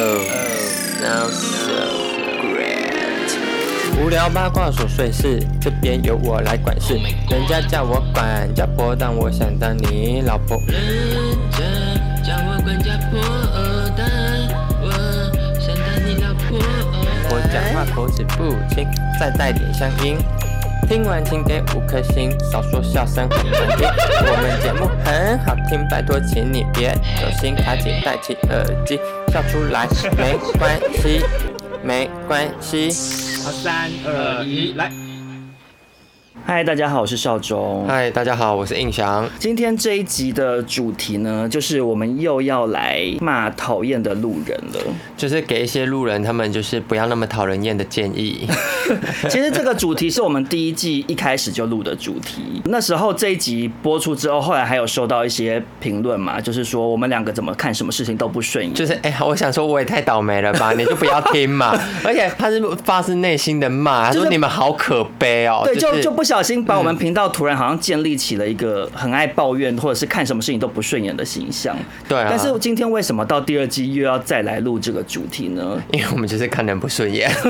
Oh, so great！无聊八卦琐碎事，这边由我来管事。人家叫我管家婆，但我想当你老婆。人家叫我管家婆，但我想当你老呃婆。我讲话口齿不清，再带点乡音。听完请给五颗星，少说笑声很难听。我们节目很好听，拜托请你别走心，卡紧戴起耳机，笑出来没关系，没关系。好，三二一，来！嗨，大家好，我是邵忠。嗨，大家好，我是印翔。今天这一集的主题呢，就是我们又要来骂讨厌的路人 了。就是给一些路人，他们就是不要那么讨人厌的建议。其实这个主题是我们第一季一开始就录的主题。那时候这一集播出之后，后来还有收到一些评论嘛，就是说我们两个怎么看什么事情都不顺眼。就是哎、我想说我也太倒霉了 吧，你就不要听嘛。而且他是发自内心的骂，他就是说你们好可悲哦、对，就就是就不小心把我们频道突然好像建立起了一个很爱抱怨或者是看什么事情都不顺眼的形象。对啊但是今天为什么到第二季又要再来录这个主题呢？因为我们就是看人不顺眼。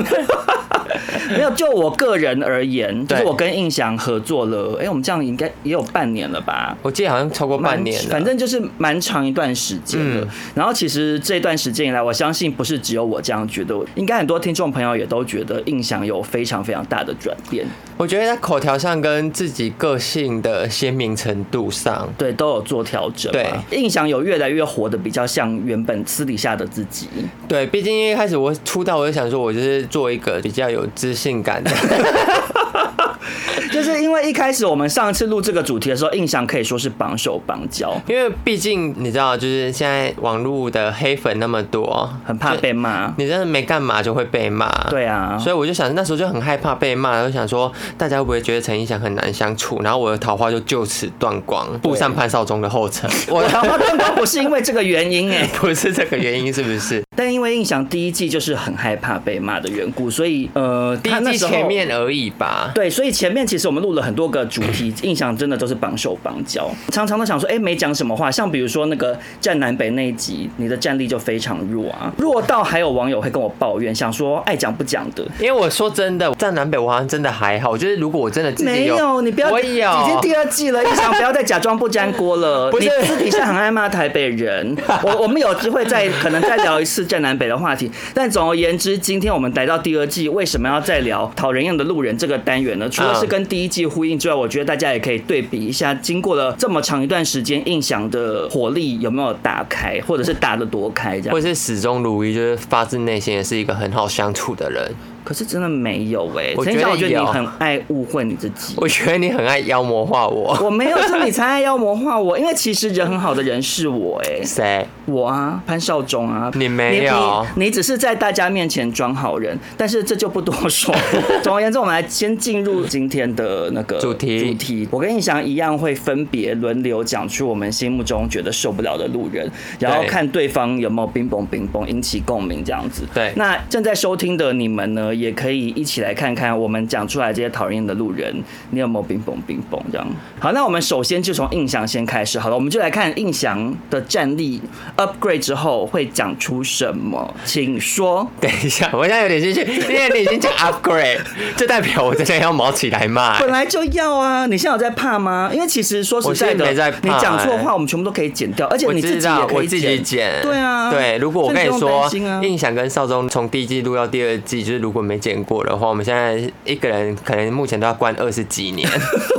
没有，就我个人而言，就是对我跟印翔合作了，哎、我们这样应该也有半年了吧？我记得好像超过半年蛮了，嗯反正就是蛮长一段时间了。然后其实这段时间以来，我相信不是只有我这样觉得，应该很多听众朋友也都觉得印象有非常非常大的转变，我觉得在口条上跟自己个性的鲜明程度上，对，都有做调整嘛。印象有越来越活得比较像原本私底下的自己， 对，毕竟一开始我出道我就想说，我就是做一个比较有自信感 的，就是因为一开始我们上次录这个主题的时候，印象可以说是绑手绑脚，因为毕竟你知道，就是现在网络的黑粉那么多，很怕被骂。你真的没干嘛就会被骂，对啊，所以我就想，那时候就很害怕被骂，然后想说大家会不会觉得陈意翔很难相处，然后我的桃花就就此断光，步上潘少忠的后 尘。我然后灯光不是因为这个原因 哎、不是这个原因，是不是？但因为印象第一季就是很害怕被骂的缘故，所以呃，第 他一那季时候前面而已吧。对，所以前面其实我们录了很多个主题，印象真的都是绑手绑脚，常常都想说，哎、没讲什么话。像比如说那个站南北那一集，你的战力就非常弱啊，弱到还有网友会跟我抱怨，想说爱讲不讲的。因为我说真的，站南北我好像真的还好，就是如果我真的自己没有，你不要，我已经有，第二季了，印象不要再假装不粘锅 了。不是你私底下很爱骂台北 人，我我们有机会再可能再聊一次站南北的话题。但总而言之，今天我们来到第二季，为什么要再聊讨人厌的路人这个单元呢？除了是嗯跟第一季呼应之外，我觉得大家也可以对比一下，经过了这么长一段时间，印象的火力有没有打开，或者是打得多开这样或。是始终如一，就是发自内心也是一个很好相处的人。可是真的没有哎、我陈觉得以翔我觉得有你很爱误会你自己。我觉得你很爱妖魔化我， 我没有，是你才爱妖魔化我，因为其实人很好的人是我哎、谁？我啊，潘少忠啊，你没有你你，你只是在大家面前装好人，但是这就不多说。 总而言之，我们来先进入今天的那个主题主题，我跟印翔一样会分别轮流讲出我们心目中觉得受不了的路人，然后对看对方有没有冰崩冰崩引起共鸣这样子。对那正在收听的你们呢，也可以一起来看看我们讲出来这些讨厌的路人，你有没有冰崩冰崩这样。好，那我们首先就从印象先开始好了，我们就来看印象的战力 upgrade 之后会讲出什么，请说。等一下，我现在有点心虚，因为你已经讲 upgrade，就代表我真的要毛起来骂。本来就要啊，你现在有在怕吗？因为其实说实在我现在的，没在怕你讲错欸话，我们全部都可以剪掉，而且我你知自己道也，我可以自己剪。对啊，对。如果我所以跟你不用说担心，啊印象跟少宗从第一季录到第二季，就是如果没剪过的话，我们现在一个人可能目前都要关二十几 年。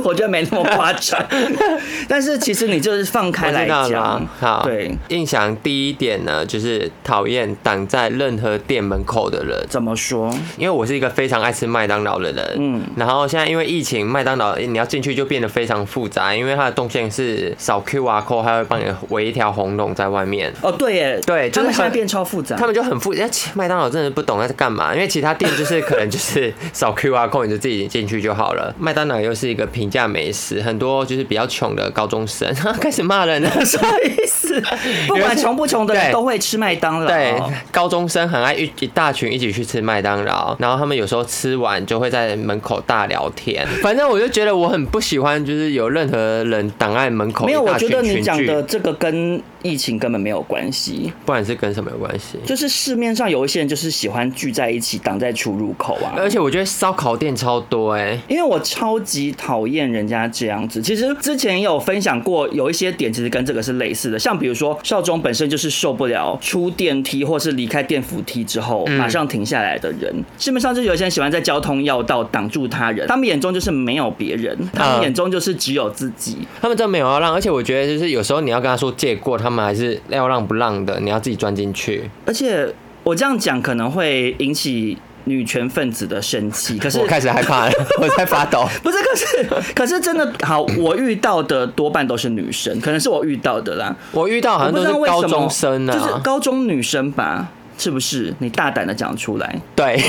我觉得没那么夸张， 但是其实你就是放开我来知道讲了，，好，对，。印象第一点呢，就是讨厌挡在任何店门口的人。怎么说？因为我是一个非常爱吃麦当劳的人，嗯嗯，然后现在因为疫情，麦当劳你要进去就变得非常复杂，因为它的动线是扫 QR code，还会帮你围一条红龙在外面。哦，对耶，对就是他们现在很变超复杂，他们就很复杂，麦当劳真的不懂它在干嘛，因为其他店就是可能就是 扫 QR code 你就自己进去就好了。麦当劳又是一个平价美食，很多就是比较穷的高中生 开始骂人了， 什么意思？不管穷不穷的对人都会吃麦当劳，对，高中生很爱一一大群一起去吃麦当劳，然后他们有时候吃完就会在门口大聊天。 反正我就觉得我很不喜欢，就是有任何人挡在门口没有，一我大觉群得你群讲聚的。这个跟疫情根本没有关系。不然是跟什么有关系？就是市面上有一些人就是喜欢聚在一起，挡在出入口啊。而且我觉得烧烤店超多哎、因为我超级讨厌人家这样子。其实之前也有分享过，有一些点其实跟这个是类似的，像比如说少中本身就是受不了出电梯或是离开电扶梯之后马上停下来的人。市面上就有一些人喜欢在交通要道挡住他人，他们眼中就是没有别人，他们眼中就是只有自己。他们真没有要让，而且我觉得就是有时候你要跟他说借过，他们还是要让不让的，你要自己钻进去。而且我这样讲可能会引起女权分子的生气，可是我开始害 怕了，我在发抖。不是，可是可是真的好，我遇到的多半都是女生，可能是我遇到的啦。我遇到好我像不都知是道为什高么，中生啊，就是高中女生吧。是不是你大胆的讲出来？对，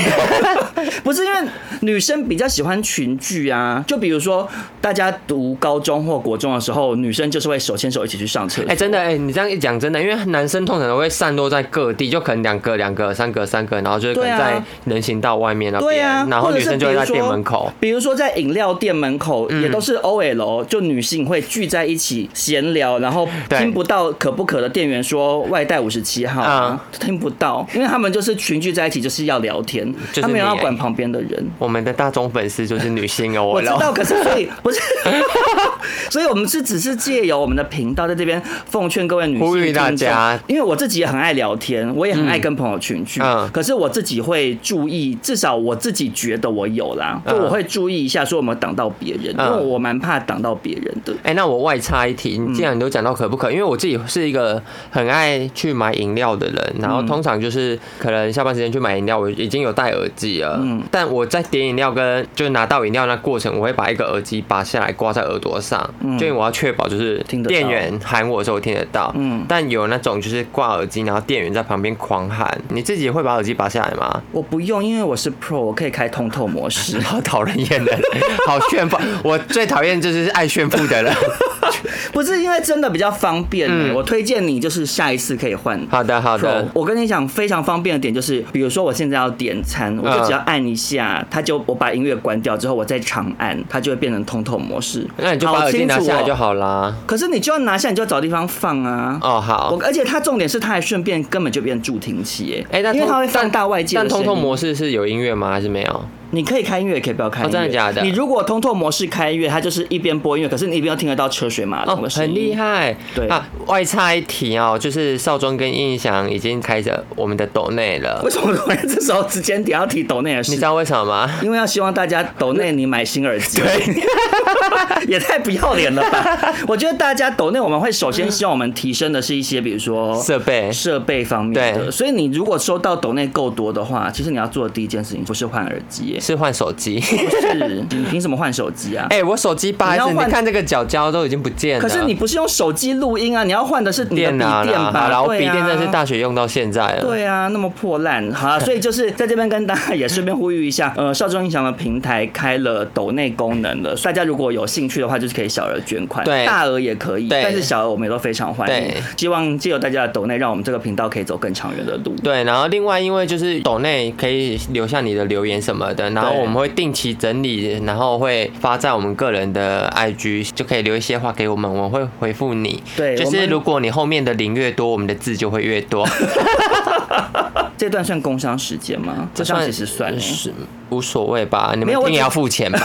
不是因为女生比较喜欢群聚啊，就比如说大家读高中或国中的时候，女生就是会手牵手一起去上厕所。哎、真的哎、你这样一讲真的，因为男生通常都会散落在各地，就可能两个、两个、三个、三个，然后就是可对能啊在人行道外面那边，对啊，然后或者女是生就会在店门口。嗯比如说。比如说在饮料店门口，也都是 OL，就女性会聚在一起闲聊，然后对听不到可不可的店员说外带五十七号啊，听不到，因为他们就是群聚在一起就是要聊天，就是他们你欸要而已管旁边的人。我们的大众粉丝就是女性哦，我知咯道，可是所以不是， 所以我们是只是借由我们的频道在这边奉劝各位女性呼吁大听众家因为我自己也很爱聊天，我也很爱跟朋友群聚，嗯可是我自己会注意，至少我自己觉得我有啦，嗯就我会注意一下说有没有挡到别人，嗯因为我蛮怕挡到别人的。哎、那我外插一题，嗯你既然都讲到可不可，因为我自己是一个很爱去买饮料的人，然后嗯通常就是可能下班时间去买饮料，我已经有戴耳机了，嗯但我在点饮料跟就是拿到饮料那过程，我会把一个耳机拔下来挂在耳朵上，就因为我要确保就是嗯听得到店员喊我的时候我听得到，嗯但有那种就是挂耳机，然后店员在旁边狂喊，你自己会把耳机拔下来吗？ 我不用，因为我是 Pro，我可以开通透模式。 好讨人厌的人，好炫富，我最讨厌就是爱炫富的人。 不是因为真的比较方便、欸嗯我推荐你就是下一次可以换。好的，好的 Pro，。我跟你讲，非常方便的点就是，比如说我现在要点嗯餐，我就只要按一下，它就我把音乐关掉之后，我再长按，它就会变成通透模式。那你就把耳机拿下来就好啦。哦可是你就要拿下，你就要找地方放啊。哦，好我。而且它重点是，它还顺便根本就变助听器，哎、哎、那因为它会放但大外界的但通透声音模式是有音乐吗？还是没有？你可以开音乐，也可以不要开音乐、哦真的假的你如果通透模式开音乐，它就是一边播音乐，可是你一边又听得到车水马哦龙的，声音、很厉。害。对啊，外插一提哦，就是少庄跟印翔已经开着我们的抖内了为。什么突然这时候之间点要提抖内的事？你知道为什么吗？因为要希望大家抖内你买新耳机， 也太不要脸了吧！我觉得大家抖内，我们会首先希望我们提升的是一些，比如说设备设备方面对的。所以你如果收到抖内够多的话，其实你要做的第一件事情不是换耳机耶，是换手机。 不是 你凭什么换手机啊？哎、我手机八你要 S，你换看这个角胶都已经不见了。可是你不是用手机录音啊，你要换的是你的电笔脑啦，吧？好啦，我对笔啊电真的是大学用到现在了。对啊，那么破烂，好 啊、所以就是在这边跟大家也顺便呼吁一下，呃，少中音响的平台开了抖内功能了，大家如果有兴趣的话，就是可以小额捐款，对大额也可以，对但是小额我们也都非常欢迎对，希望借由大家的抖内，让我们这个频道可以走更长远的路。对，然后另外因为就是抖内可以留下你的留言什么的，然后对我们会定期整理，然后会发在我们个人的 IG，就可以留一些话给我们，我们会回复你。对就我是们如果你后面的零越多，我们的字就会越 多。这段算工伤时间吗？好像其实算欸、是无所谓吧，你没们有一我定只也要付钱 吧？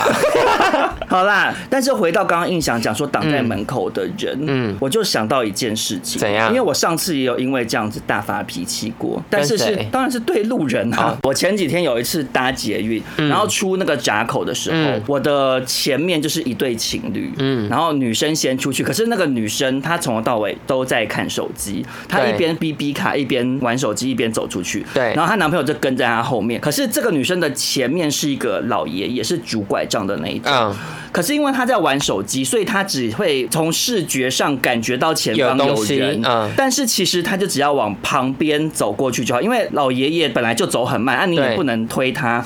好啦，但是回到刚刚印象讲说挡在门口的人，嗯，我就想到一件事情，怎样因为我上次也有因为这样子大发脾气过，但是是谁哦当然是对路人啊。我前几天有一次搭捷运，然后出那个闸口的时候，嗯我的前面就是一对情侣，嗯，然后女生先出去，可是那个女生她从头到尾都在看手机，她对一边哔哔卡一边玩手机一边走出去，对然后她男朋友就跟在她后面，可是这个女生的前面是一个老爷，也是拄拐杖的那一种。嗯，可是因为他在玩手机，所以他只会从视觉上感觉到前有方东西人。嗯但是其实他就只要往旁边走过去就好，因为老爷爷本来就走很慢，啊，你也对不能推 他。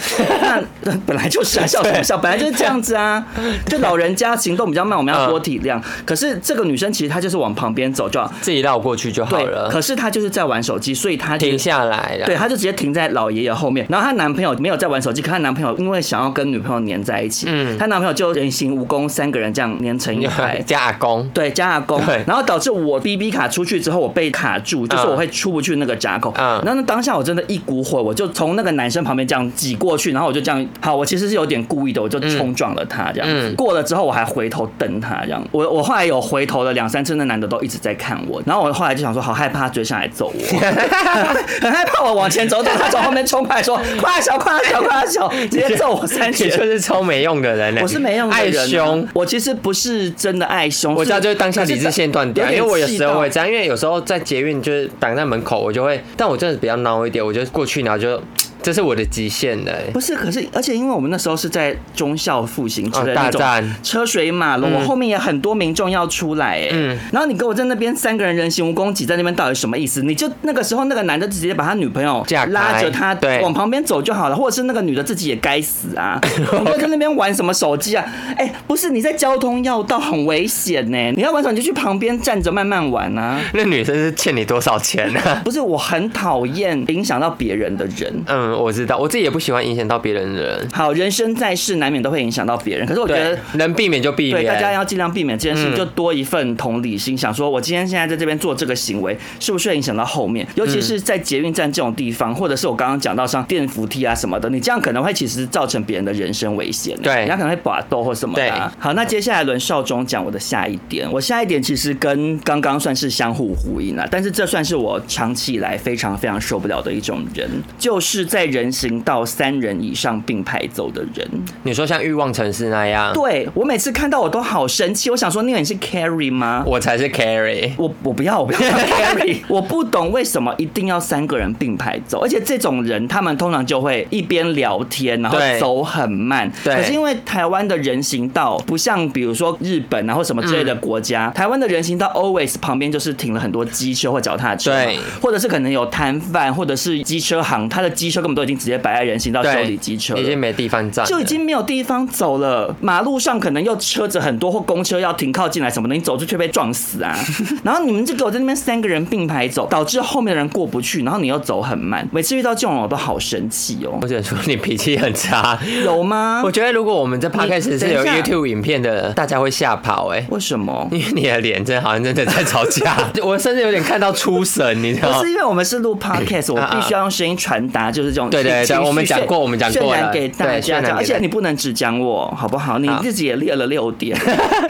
那本来就是啊，笑什么笑？本来就是这样子 啊。就老人家行动比较慢，我们嗯要多体谅。可是这个女生其实她就是往旁边走就好。自己绕过去就好对，了可。是她就是在玩手机，所以她就停下来了。。对，她就直接停在老爷爷后面，然后她男朋友没有在玩手机，可她男朋友因为想要跟女朋友黏在一起，她男朋友就很行蜈蚣三个人这样粘成一排 加工， 对，加阿公对，啊然后导致我 B B 卡出去之后，我被卡住，就是我会出不去那个闸口。嗯然后呢，当下我真的一股火，我就从那个男生旁边这样挤过去，然后我就这样，好，我其实是有点故意的，我就冲撞了他这样。嗯嗯嗯过了之后，我还回头瞪他这样。我我后来有回头了两三次，那男的都一直在看我，然后我后来就想说，好害怕，他追上来揍 我，很害怕我往前走，但他从后面冲过来说，快小快小快小，直接揍我三你就拳。是超没用的人呢。欸我是没用的哎爱人啊凶，我其实不是真的爱凶，我知道就是当下理智线断掉，因为我有有时候会这样，因为有时候在捷运就是挡在门口，我就会，但我真的比较孬一点，我就过去然后就，这是我的极限了欸。不是，可是而且因为我们那时候是在忠孝复兴之类哦的大那种战车水马龙，我后面也很多民众要出来哎、嗯然后你跟我在那边三个人人形蜈蚣挤在那边到底什么意思？你就那个时候那个男的直接把他女朋友架开拉着他对往旁边走就好了，或者是那个女的自己也该死 啊！你就在那边玩什么手机啊？哎、不是你在交通要道很危险呢、你要玩手机就去旁边站着慢慢玩啊！那女生是欠你多少钱呢、啊不是，我很讨厌影响到别人的人。嗯，我知道，我自己也不喜欢影响到别人的人。好，人生在世难免都会影响到别人，可是我觉对得，能避免就避对，免。大家要尽量避免这件事嗯情，就多一份同理心，想说我今天现在在这边做这个行为，是不是会影响到后面？尤其是在捷运站这种地方，或者是我刚刚讲到像电扶梯啊什么的，你这样可能会其实造成别人的人身危险，对人家可能会把斗或什么的啊。好，那接下来轮少中讲我的下一点，我下一点其实跟刚刚算是相互呼应了，但是这算是我长期以来非常非常受不了的一种人，就是在人行道三人以上并排走的人。你说像欲望城市那样，对我每次看到我都好生气，我想说那个人是 Carry 吗？我才是 carry。我我不要，我不要 carry，我不懂为什么一定要三个人并排走，而且这种人他们通常就会一边聊天，然后对走很慢。对可是因为台湾的人行道不像比如说日本啊或什么之类的国家，台湾的人行道 always 旁边就是停了很多机车或脚踏车嘛，对或者是可能有摊贩或者是机车行，他的机车根本都已经直接摆在人行道修对，理机车了已经没地方站了，就已经没有地方走了，马路上可能又车子很多，或公车要停靠进来什么的，你走出去被撞 死啊！然后你们就给我在那边三个人并排走，导致后面的人过不去，然后你又走很慢。每次遇到这种人我都好生气哦，我只能说你脾气很差。有吗我？觉得如果我们这 podcast 是有嗯等一下 YouTube 影片的，大家会吓跑哎、为什么？ 因为你的脸真的好像真的在吵架， 我甚至有点看到出神，你知道不吗是？因为我们是录 podcast，我必须要用声音传达，就是这种啊对对对情绪我们讲过渲我们讲过渲了染给大对渲家染给这样，而且大你不能只讲我，好不好？你好自己也列了六 点，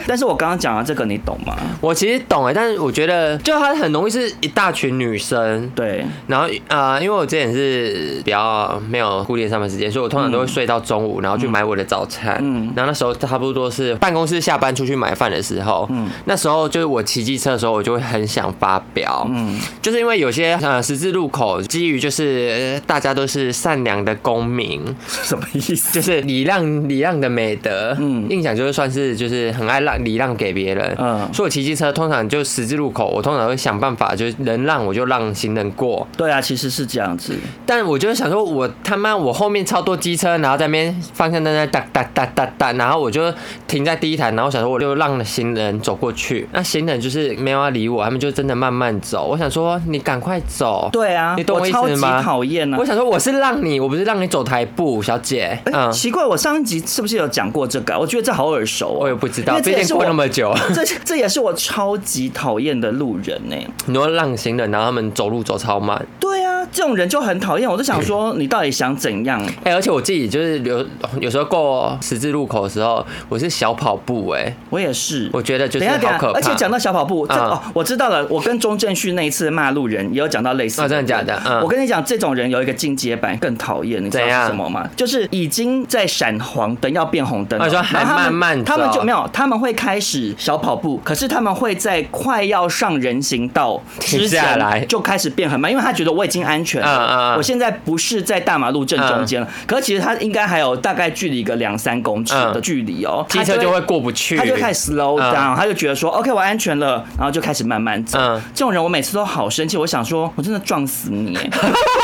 但是我刚刚讲的这个你懂吗？我其实懂哎、但是我觉得就她很容易是一大群女生。对，然后呃，因为我之前是比较没有固定上班时间，所以我通常都会睡到中午，然后去买我的早餐。嗯嗯，然后那时候差不多是办公室下班出去买饭的时候，嗯，那时候就是我骑机车的时候，我就会很想发飙，嗯，就是因为有些呃十字路口，基于就是呃大家都是善良的公民，什么意思？就是礼让礼让的美德，嗯嗯，印象就是算是就是很爱让礼让给别人，嗯嗯，所以我骑机车通常就十字路口，我通常会想办法就是能让我就让行人过，对啊，其实是这样子。但我就是想说我，他妈我后面超多机车，然后在那边方向灯在哒哒哒哒哒，然后我就停在第一台，然后我想说我就让行人走过去，那行人就是没有要理我，他们就真的慢慢走。我想说你赶快走，对啊，你懂我意超思级吗？讨厌啊我！想说我是让你，我不是让你走台步，小姐。哎嗯，奇怪，我上一集是不是有讲过这个啊？我觉得这好耳熟哦、我也不知道，因为毕这也竟是过我那么久， 这这也是我超级讨厌的路人欸呢、你说让行人，然后他们走路走超慢。对啊，这种人就很讨厌。我就想说，你到底想怎样？哎、而且我自己就是有有时候过十字路口的时候，我是小跑步、哎，我也是。我觉得就是等一下，好等一可下，怕。而且讲到小跑步，这、嗯哦，我知道了。我跟钟正旭那一次骂路人，也有讲到类似哦真的假的嗯我跟你讲，这种人有一个进阶版更讨厌，你知怎道是样什么吗？就是已经在闪黄灯要变红灯了，哦你说还然后他们慢慢他们走就没有，他们会开始小跑步，可是他们会在快要上人行道停之下前来就开始变很慢，因为他觉得我已经安全嗯了，嗯嗯我现在不是在大马路正中间了，可是其实他应该还有大概距离个两三公尺嗯的距离哦，机车他就会过不去，他就开始 slow 嗯 down，、他就觉得说 OK 我安全了，然后就开始慢慢走。嗯这种人我每次都好生气，我想说我真的撞死你。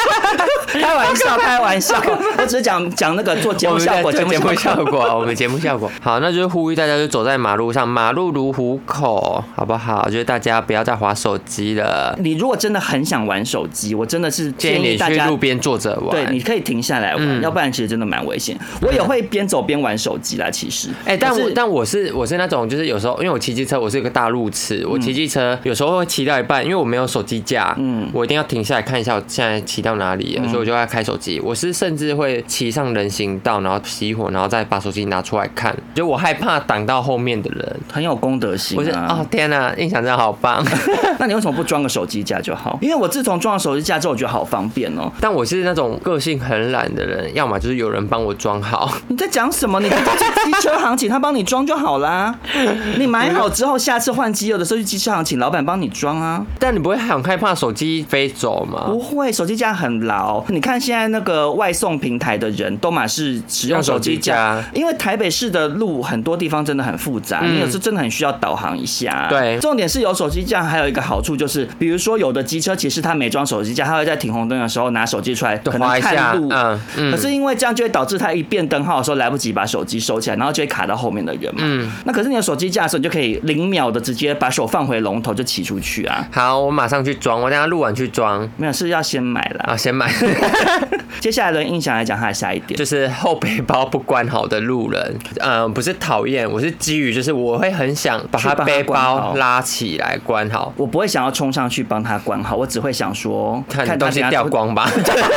开玩笑，开玩笑，我只是讲讲那个做节我目们效果，在节做目节效目果。效果，我们节目效 果。好，那就是呼吁大家就走在马路上，马路如虎口，好不好？就是大家不要再划手机了。你如果真的很想玩手机，我真的是就是建建议议你大去家路边坐着玩。对，你可以停下来玩，嗯要不然其实真的蛮危险。我也会边走边玩手机啦，其实。哎、但可我是但我是我是那种，就是有时候因为我骑机车，我是一个大路痴，我骑机车有时候会骑到一半，因为我没有手机架，嗯嗯，我一定要停下来看一下我现在骑到哪里了，所以我就要开手机。我是甚至会骑上人行道，然后熄火，然后再把手机拿出来看，就我害怕挡到后面的人。很有公德心、啊。我是哦天哪、印象真的好棒。 那你为什么不装个手机架就好？因为我自从装了手机架之后，我觉得好方便哦。但我是那种个性很懒的人，要么就是有人帮我装好， 你在讲什么？你就去 机车行请他帮你装就好啦。你买好之后，下次换机油的时候去机车行请老板帮你装啊。但你不会很害怕手机飞走吗不？会，手机架很牢。你看现在那个外送平台的人都满是使用手机用架手机，因为台北市的路很多地方真的很复杂，嗯你有时真的很需要导航一下。对重点是有手机架，还有一个好处就是，比如说有的机车其实它没装手机架，它会在停红灯的时候拿手机出来，可划能一下看路。嗯嗯可是因为这样就会导致它一变灯号的时候来不及把手机收起来，然后就会卡到后面的人嘛。嗯那可是你有手机架的时候，你就可以零秒的直接把手放回龙头就骑出去啊。好，我马上去装，我等一下录完去装没有是要先买啦。啊，先买。 接下来的印象来讲它的下一点就，是后背包不关好的路人， 嗯，不是讨厌，我是基于就是我会很想把他去帮他背关包好拉起来关好，我不会想要冲上去帮他关好，我只会想说，看东西他等下掉，光吧。？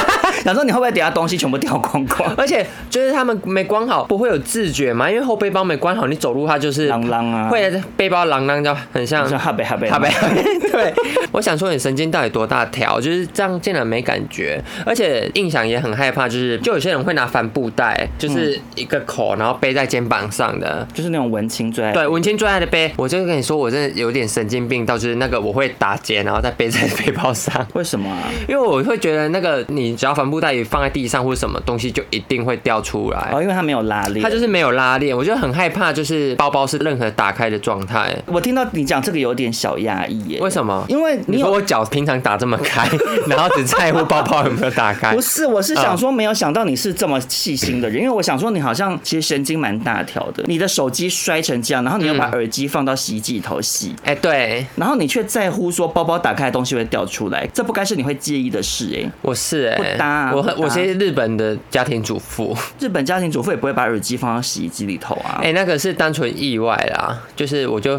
想说你会不会等下东西全部掉光光 而且就是他们没关好，不会有自觉嘛，因为后背包没关好，你走路它就是啷啷啊会背包啷啷就很像就哈北啊哈北他被 对，我想说你神经到底多大条？就是这样，竟然没感觉，而且印象也很害怕，就是就有些人会拿帆布袋，就是嗯一个口，然后背在肩膀上的。 就是那种文青最爱。对，文青最爱的背，我就跟你说，我真的有点神经病到，就是那个我会打结，然后再背在背包上， 为什么啊？因为我会觉得那个你只要帆布袋一放在地上或什么东西，就一定会掉出来。哦，因为他没有拉链。它就是没有拉链，我就很害怕，就是包包是任何打开的状态。我听到你讲这个有点小压抑耶为，什么？因为你你说有我脚平常打这么开， 然后只在乎包包有没有打开不？是，我是嗯想说没有想到你是这么细心的人，因为我想说你好像其实神经蛮大条的，你的手机摔成这样，然后你又把嗯耳机放到洗衣机里头洗，哎、对，然后你却在乎说包包打开的东西会掉出来，这不该是你会介意的事哎、我是哎、不搭啊我不搭我是日本的家庭主妇，日本家庭主妇也不会把耳机放到洗衣机里头啊。哎、那个是单纯意外啦，就是我就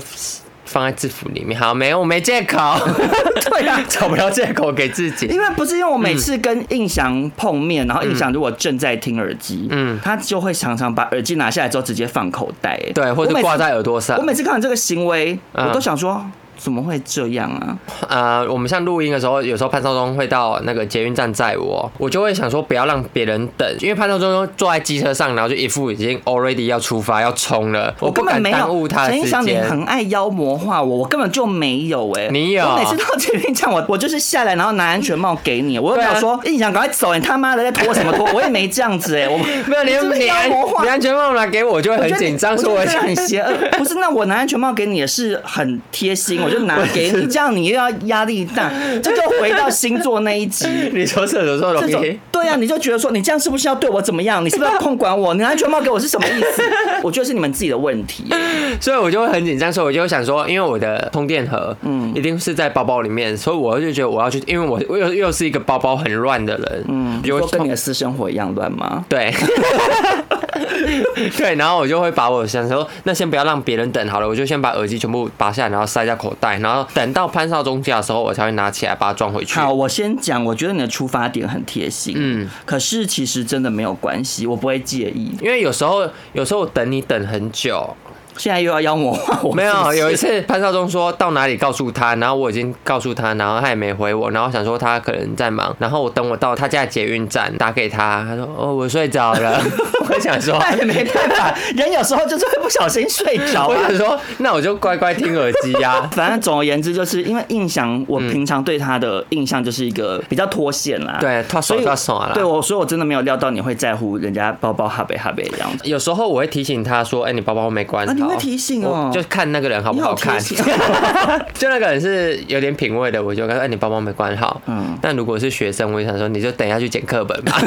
放在制服里面，好，没有，我没借 口，。对啊找不到借口给自己。因为不是因为我每次跟印翔碰面，然后印翔如果正在听耳机，嗯嗯，他就会常常把耳机拿下来之后直接放口袋，哎对，或者挂。在耳朵上我每次我。每次看到你这个行为，嗯我都想说怎么会这样啊？呃，我们像录音的时候，有时候潘少忠会到那个捷运站载我，我就会想说不要让别人等，因为潘少忠坐在机车上，然后就一副已经 already 要出发要冲了，我不根本敢没耽有误他的陈印时翔，你间。很爱妖魔化我，我根本就没有哎、你有啊我每次到前面讲我， 我就是下来然后拿安全帽给你，我又没有对啊说印翔赶快走，你他妈的在拖什么 拖？我也没这样子哎、我没有，你是不是你妖安魔化你安全帽拿给我，就会很 紧张，说说我我觉得很邪恶。不是，那我拿安全帽给你也是很贴心，我就拿给你，这样你又要压力 大，这就回到星座那一集。你说厕所说这种容易。对啊，你就觉得说你这样是不是要对我怎么样？你是不是要控管我？你拿安全帽给我是什么意思？我觉得是你们自己的问题。所以我就会很紧张，所以我就想说，因为我的充电盒，嗯，一定是在包包里面，所以我就觉得我要去，因为我我又又是一个包包很乱的人，嗯，你说跟你的私生活一样乱吗？对。对， 然后我就会把我想说，那先不要让别人等好了，我就先把耳机全部拔下来，然后塞在口袋，然后等到潘少中家的时候，我才会拿起来把它装回去。好，我先讲，我觉得你的出发点很贴心，嗯嗯，可是其实真的没有关系，我不会介意。因为有时候有时候我等你等很久，现在又要妖魔化我， 没是不有，是有一次潘少忠说到哪里告诉他，然后我已经告诉他，然后他也没回我，然后想说他可能在忙，然后我等我到他家的捷运站打给他，他说哦我睡着 了， 我想说。那也哎没办法，人有时候就是会不小心睡着我啊想。说，那我就乖乖听耳机啊 呀、反正总而言之，就是因为印象，我平常对他的印象就是一个比较脱线啦，对脱手啊所以脱手啊啦对我，所以我真的没有料到你会在乎人家包包哈贝哈贝这样子。有时候我会提醒他说：“哎、你包包没关好。啊你会提醒哦我就看那个人好不你好哦看贴。心 就那个人是有点品味的，我就跟他说：“哎、你包包没关好。”嗯嗯，但如果是学生，我就想说，你就等一下去捡课本吧。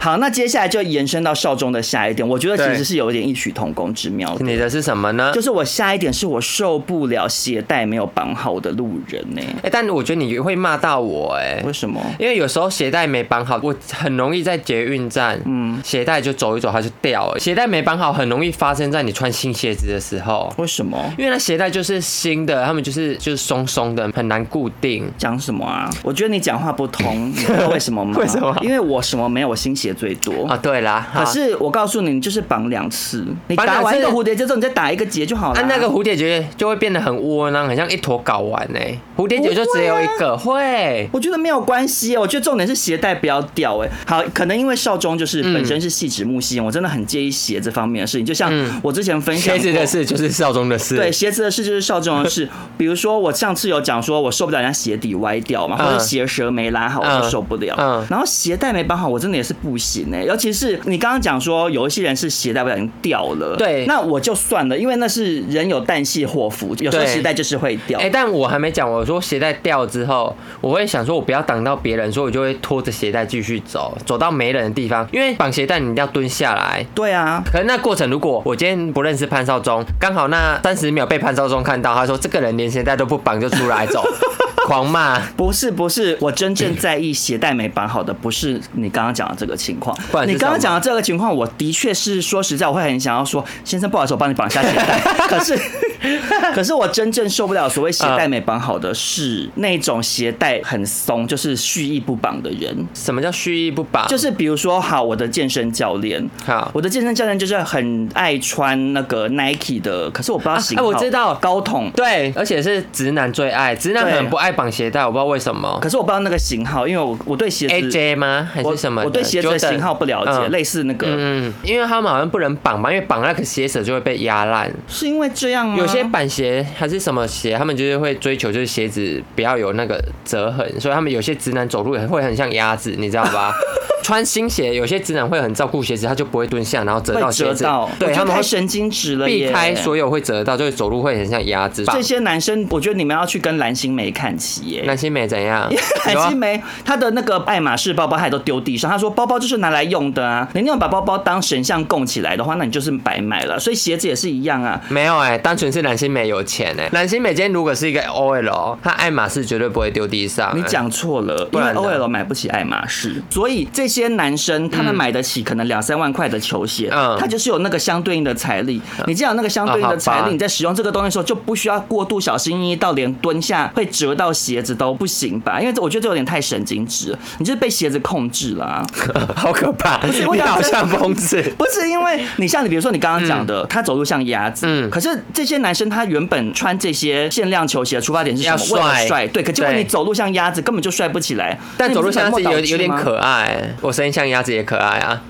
好，那接下来就延伸到少中的下一点，我觉得对其实是有一点异曲同工之妙的。 你的是什么 呢？就是我下一点是我受不了鞋带没有绑好的路人呢、 哎、但我觉得你会骂到我哎、为什么？因为有时候鞋带没绑好，我很容易在捷运站，嗯，鞋带就走一走它就掉了。鞋带没绑好，很容易发生在你穿新鞋子的时候，为什么？因为那鞋带就是新的，他们就是就是松松的，很难固定。讲什么啊？我觉得你讲话不通，你知道 为什么吗？为什么因为我什么没有，我新鞋最多啊，。对啦，可好是我告诉你，你就是绑两次，你绑两打次完一个蝴蝶结之后，你再打一个结就好了。啊按、啊那个蝴蝶结就会变得很窝囊，很像一坨睾丸哎、蝴蝶结就只有一个，啊会。我觉得没有关系，哦我觉得重点是鞋带不要掉。哎，好，可能因为少中就是本身是细指木系，我真的很介意鞋这方面的事情。就像嗯我之前分享鞋过子的事就是少中的事，对，鞋子的事就是少中的 事。比如说，我上次有讲说我受不了人家鞋底歪掉嘛，或者嗯鞋舌没拉好，我嗯就受不了。嗯然后鞋带没绑好，我真的也是不行哎、尤其是你刚刚讲说有一些人是鞋带不小心掉了，对那我就算了，因为那是人有旦夕祸福，有时候对鞋带就是会掉哎、。但我还没讲，我说鞋带掉之后，我会想说，我不要挡到别人，所以我就会拖着鞋带继续走，走到没人的地方，因为绑鞋带你一定要蹲下来。对啊，可是那过程，如果我今天不认识潘少忠，刚好那三十秒被潘少忠看到，他说这个人连鞋带都不绑就出来走， 狂骂。不是不是，我真正在意鞋带没绑好的，不是你刚刚讲的这个情况不。然是你刚什刚么讲的这个情况，我的确是说实在，我会很想要说，先生不好意思，我帮你绑一下鞋 带。可是，可是我真正受不了所谓鞋带没绑好的是那种鞋带很松，就是蓄意不绑的人。什么叫蓄意不绑？就是比如说，好，我的健身教练，好我的健身教练就是很爱穿那个 Nike 的，可是我不知道啊型哎号，我知道高筒，对，而且是直男最爱，直男对很不爱绑鞋带，我不知道为什么。可是我不知道那个型号，因为我我对鞋子 AJ 吗？还我是什么我对鞋子的 Jordan 型号不了解，嗯类似那个嗯，因为他们好像不能绑吧，因为绑那个鞋舌就会被压烂。是因为这样啊吗？有些板鞋还是什么鞋，他们就是会追求就是鞋子不要有那个折痕，所以他们有些直男走路也会很像鸭子，你知道 吧？穿新鞋，有些直男会很照顾鞋子，他就不会蹲下，然后折到会鞋折子到，，我对觉他得们太会神经质了耶，避开所有会折到，就是走路会很像鸭子。这些男生，我觉得你们要去跟蓝心湄看齐耶。？南心美怎样 蓝有啊心湄她的那个爱马仕包包，她也都丢地上。她说包包就是拿来用的啊，你那种把包包当神像供起来的话，那你就是白买了。所以鞋子也是一样啊。没有哎、单纯是南心美有钱 哎、南心美今天如果是一个 OL，她爱马仕绝对不会丢地上、你哎讲错了，因不为然呢 OL 买不起爱马仕，所以这些男生他们买得起可能两三万块的球鞋，嗯他就是有那个相对应的财力。你既然有那个相对应的财啊好力，吧你在使用这个东西的时候就不需要过度小心翼翼到连蹲下会折到鞋子都不行吧？因为我觉得这有点太神经质了，你就是被鞋子控制了、啊。 好可怕，是我你想好真的像疯子。 不是因为你像你，比如说你刚刚讲的，他走路像鸭子，嗯可是这些男生他原本穿这些限量球鞋的出发点是什要么？为了帅帅，对。可结果对你走路像鸭子，根本就帅不起来。但走路像鸭子那你有不是有点本末倒置可吗爱，我声音像鸭子也可爱啊。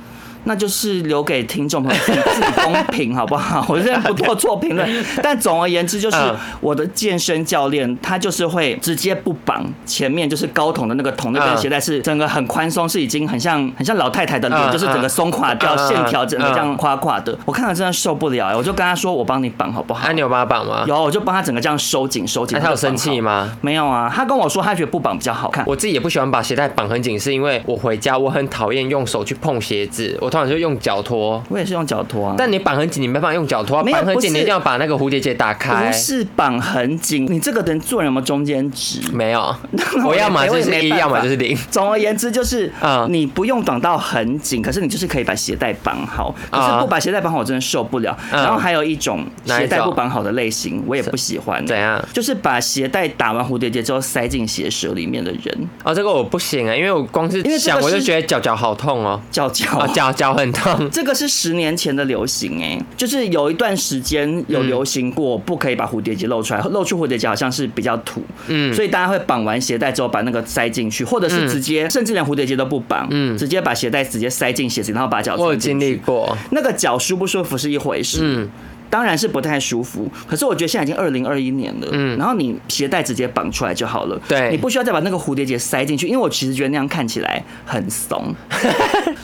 那就是留给听众朋友自己自己公平，好不好？ 我认不做做 评论，但总而言之，就是嗯我的健身教练他就是会直接不绑前面就是高筒的那个筒那根嗯鞋带，是整个很宽松，是已经很像很像老太太的脸，嗯就是整个松垮掉，嗯嗯线条整个嗯这样垮垮的。我看了真的受不了、哎我就跟他说我帮你绑好不好啊，？你有帮他绑吗？有，我就帮他整个这样收紧收紧。那他有就绑生气好？吗？没有啊，他跟我说他觉得不绑比较好看。我自己也不喜欢把鞋带绑很紧，是因为我回家我很讨厌用手去碰鞋子，我通常就用脚拖。我也是用脚托啊。但你绑很紧，你没办法用脚拖啊，没有绑很不是紧你一定要把那个蝴蝶结打开不。是绑很紧，你这个人做人有没有中间值？没有， 我我也要么就我是也没一，办法要么就是零。 总而言之，就是嗯你不用绑到很紧，可是你就是可以把鞋带绑好。可是啊不把鞋带绑好，我真的受不了。嗯然后还有一种哪一鞋带种不绑好的类型，我也不喜欢。怎样就是把鞋带打完蝴蝶结之后塞进鞋舌里面的人，哦，这个我不行啊，因为我光因为这是个想我就是觉得脚脚好痛哦，叫叫啊脚脚很 痛。这个是十年前的流行哎、就是有一段时间有嗯流行过，不可以把蝴蝶结露出来，露出蝴蝶结好像是比较土，嗯，嗯所以大家会绑完鞋带之后把那个塞进去，或者是直接、甚至连蝴蝶结都不绑，嗯，直接把鞋带直接塞进鞋子，然后把脚我有穿进经去历过，那个脚舒不舒服是一回事，嗯嗯，当然是不太舒服。可是我觉得现在已经二零二一年了，嗯，然后你鞋带直接绑出来就好了，对你不需要再把那个蝴蝶结塞进去，因为我其实觉得那样看起来很 怂。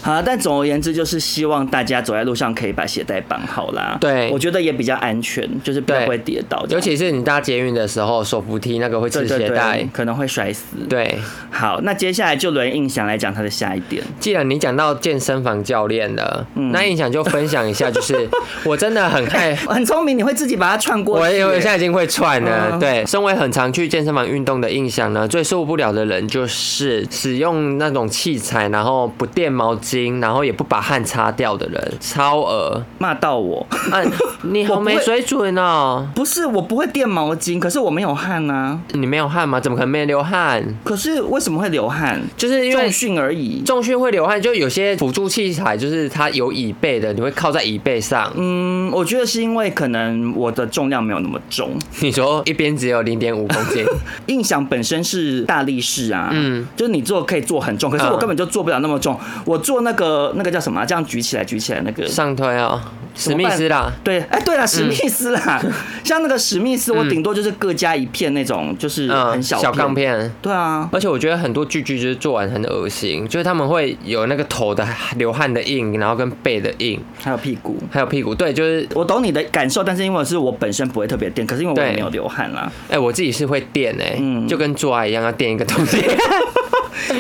好，但总而言之就是希望大家走在路上可以把鞋带绑好啦。对我觉得也比较安全，就是不对会跌倒尤这样，其是你搭捷运的时候，手扶梯那个会对吃对鞋带对，。可能会摔死。对，好，那接下来就轮印象来讲他的下一点。既然你讲到健身房教练了，那印象就分享一下，就是 我真的很爱。很聪明，你会自己把它串过我去。我现在已经会串了。嗯对，身为很常去健身房运动的印象呢，最受不了的人就是使用那种器材，然后不垫毛巾，然后也不把汗擦掉的人，超恶。骂到我，啊，你好我不会没水准哦！不是我不会垫毛巾，可是我没有汗啊。你没有汗吗？怎么可能没流汗？可是为什么会流汗？就是因为重训而已。重训会流汗，就有些辅助器材，就是它有椅背的，你会靠在椅背上。嗯，我觉得是因为可能我的重量没有那么重。你说一边只有零点五公 斤，印象本身是大力士啊，嗯，就是你做可以做很重，可是我嗯根本就做不了那么重。我做那个那个叫什么啊、这样举起来举起来那个上推哦，史密斯啦，对，哎，对嗯了，史密斯 啦，像那个史密斯，我顶多就是各加一片那种，就是很嗯，小小钢。片。对啊，而且我觉得很多剧剧就是做完很恶心，就是他们会有那个头的流汗的印，然后跟背的印，还有屁股。还有屁股。对，就是我懂你的感受，但是因为是我本身不会特别垫，可是因为我也对没有流汗啦。哎、我自己是会垫哎、嗯就跟做爱一样要垫一个东 西。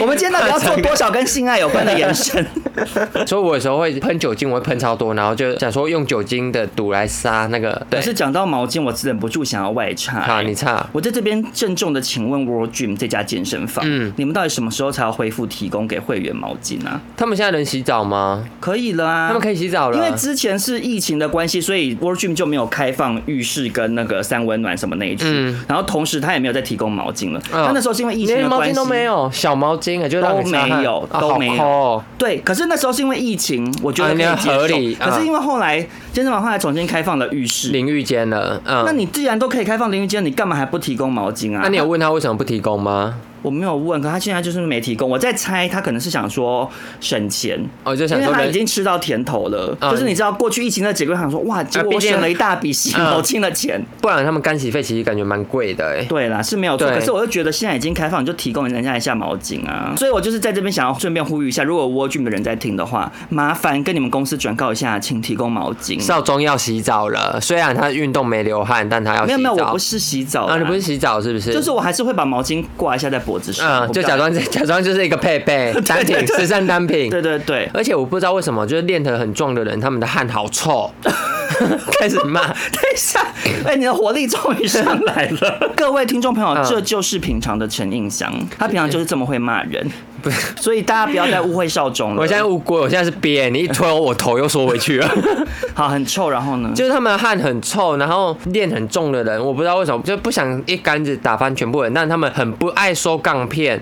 我们今天到底要做多少跟性爱有关的延伸？所以我有时候会喷酒精，我会喷超多，然后就想说用酒精的毒来杀那个。 对可，是讲到毛巾，我忍不住想要外插、好，你差。我在这边郑重的请问 World Dream 这家健身房，嗯你们到底什么时候才要恢复提供给会员毛巾啊？他们现在能洗澡吗？可以了啊，他们可以洗澡了。因为之前是疫情的关系，所以 World Gym 就没有开放浴室跟那个三温暖什么那一区，嗯然后同时他也没有再提供毛巾了。嗯他那时候是因为疫情连的毛关巾系都没。有，小毛巾啊，就让你擦汗都没有啊都没有好抠哦对，可是那时候是因为疫情，我觉得可以啊接你受。合理可是因为后来健身房后来重新开放了浴室，淋浴间了。嗯，那你既然都可以开放淋浴间，你干嘛还不提供毛巾啊？那你有问他为什么不提供吗？我没有问，可他现在就是没提供。我在猜他可能是想说省钱，哦我就想因为说他已人，经吃到甜头了。嗯啊就是你知道过去疫情的结果，想说哇，结果毕我竟嗯省了一大笔洗毛巾的钱。不然他们干洗费其实感觉蛮贵的哎。对啦，是没有错。对可是我就觉得现在已经开放，你就提供人家一下毛巾啊。所以我就是在这边想要顺便呼吁一下，如果 War Dream 的人在听的话，麻烦跟你们公司转告一下，请提供毛巾。少中要洗澡了，虽然他运动没流汗，但他要洗没有澡。没有，我不是洗澡啊，你不是洗，洗澡是不是？就是我还是会把毛巾挂一下在脖子上，我嗯，不就知道假。装假装就是一个配 备单品，时尚单品。对对对，而且我不知道为什么，就是练得很壮的人，他们的汗好臭， 开始骂。等一下，哎、你的活力终 于上来了。各位听众朋友嗯，这就是平常的陈印祥，他平常就是这么会骂人，所以大家不要再误会少中了。我现在乌龟，我现在是憋，你一推我，我头又缩回去了。好很臭，然后呢？就是他们的汗很臭，然后练很重的人，我不知道为什么就不想一竿子打翻全部人，但他们很不爱收杠片。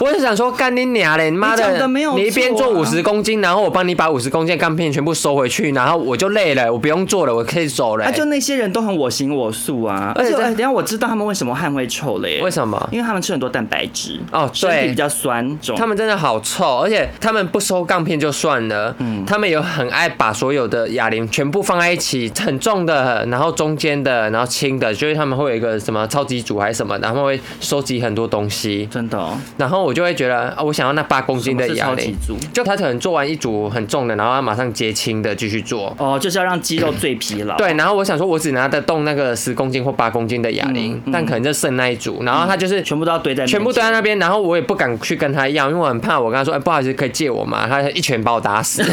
我是想说，干你娘嘞！你妈哦你的，讲得没有你一边错啊做五十公斤，然后我帮你把五十公斤的杠片全部收回去，然后我就累了，我不用做了，我可以走了、欸啊，就那些人都很我行我素啊，哎而而且且、在哎等一下我知道他们为什么汗会臭了耶，为什么？因为他们吃很多蛋白质哦身对体比较酸肿。他们真的好臭，而且他们不收杠片就算了，嗯他们有很爱把所有的哑铃全部放在一起，很重的，然后中间的，然后轻的，就是他们会有一个什么超级组还是什么的，他们会收集很多东西，真的、哦，然后我就会觉得啊，我想要那八公斤的什么是哑超铃级组，就他可能做完一组很重的，然后他马上接轻的继续做。哦，就是要让 肌肉最疲劳。对，然后我想说，我只拿得动那个十公斤或八公斤的哑铃，嗯嗯嗯但可能就剩那一组。然后他就是全部都要堆在面前全部都在那边，然后我也不敢去跟他要，因为我很怕。我跟他说：“哎、不好意思，可以借我吗？”他一拳把我打死。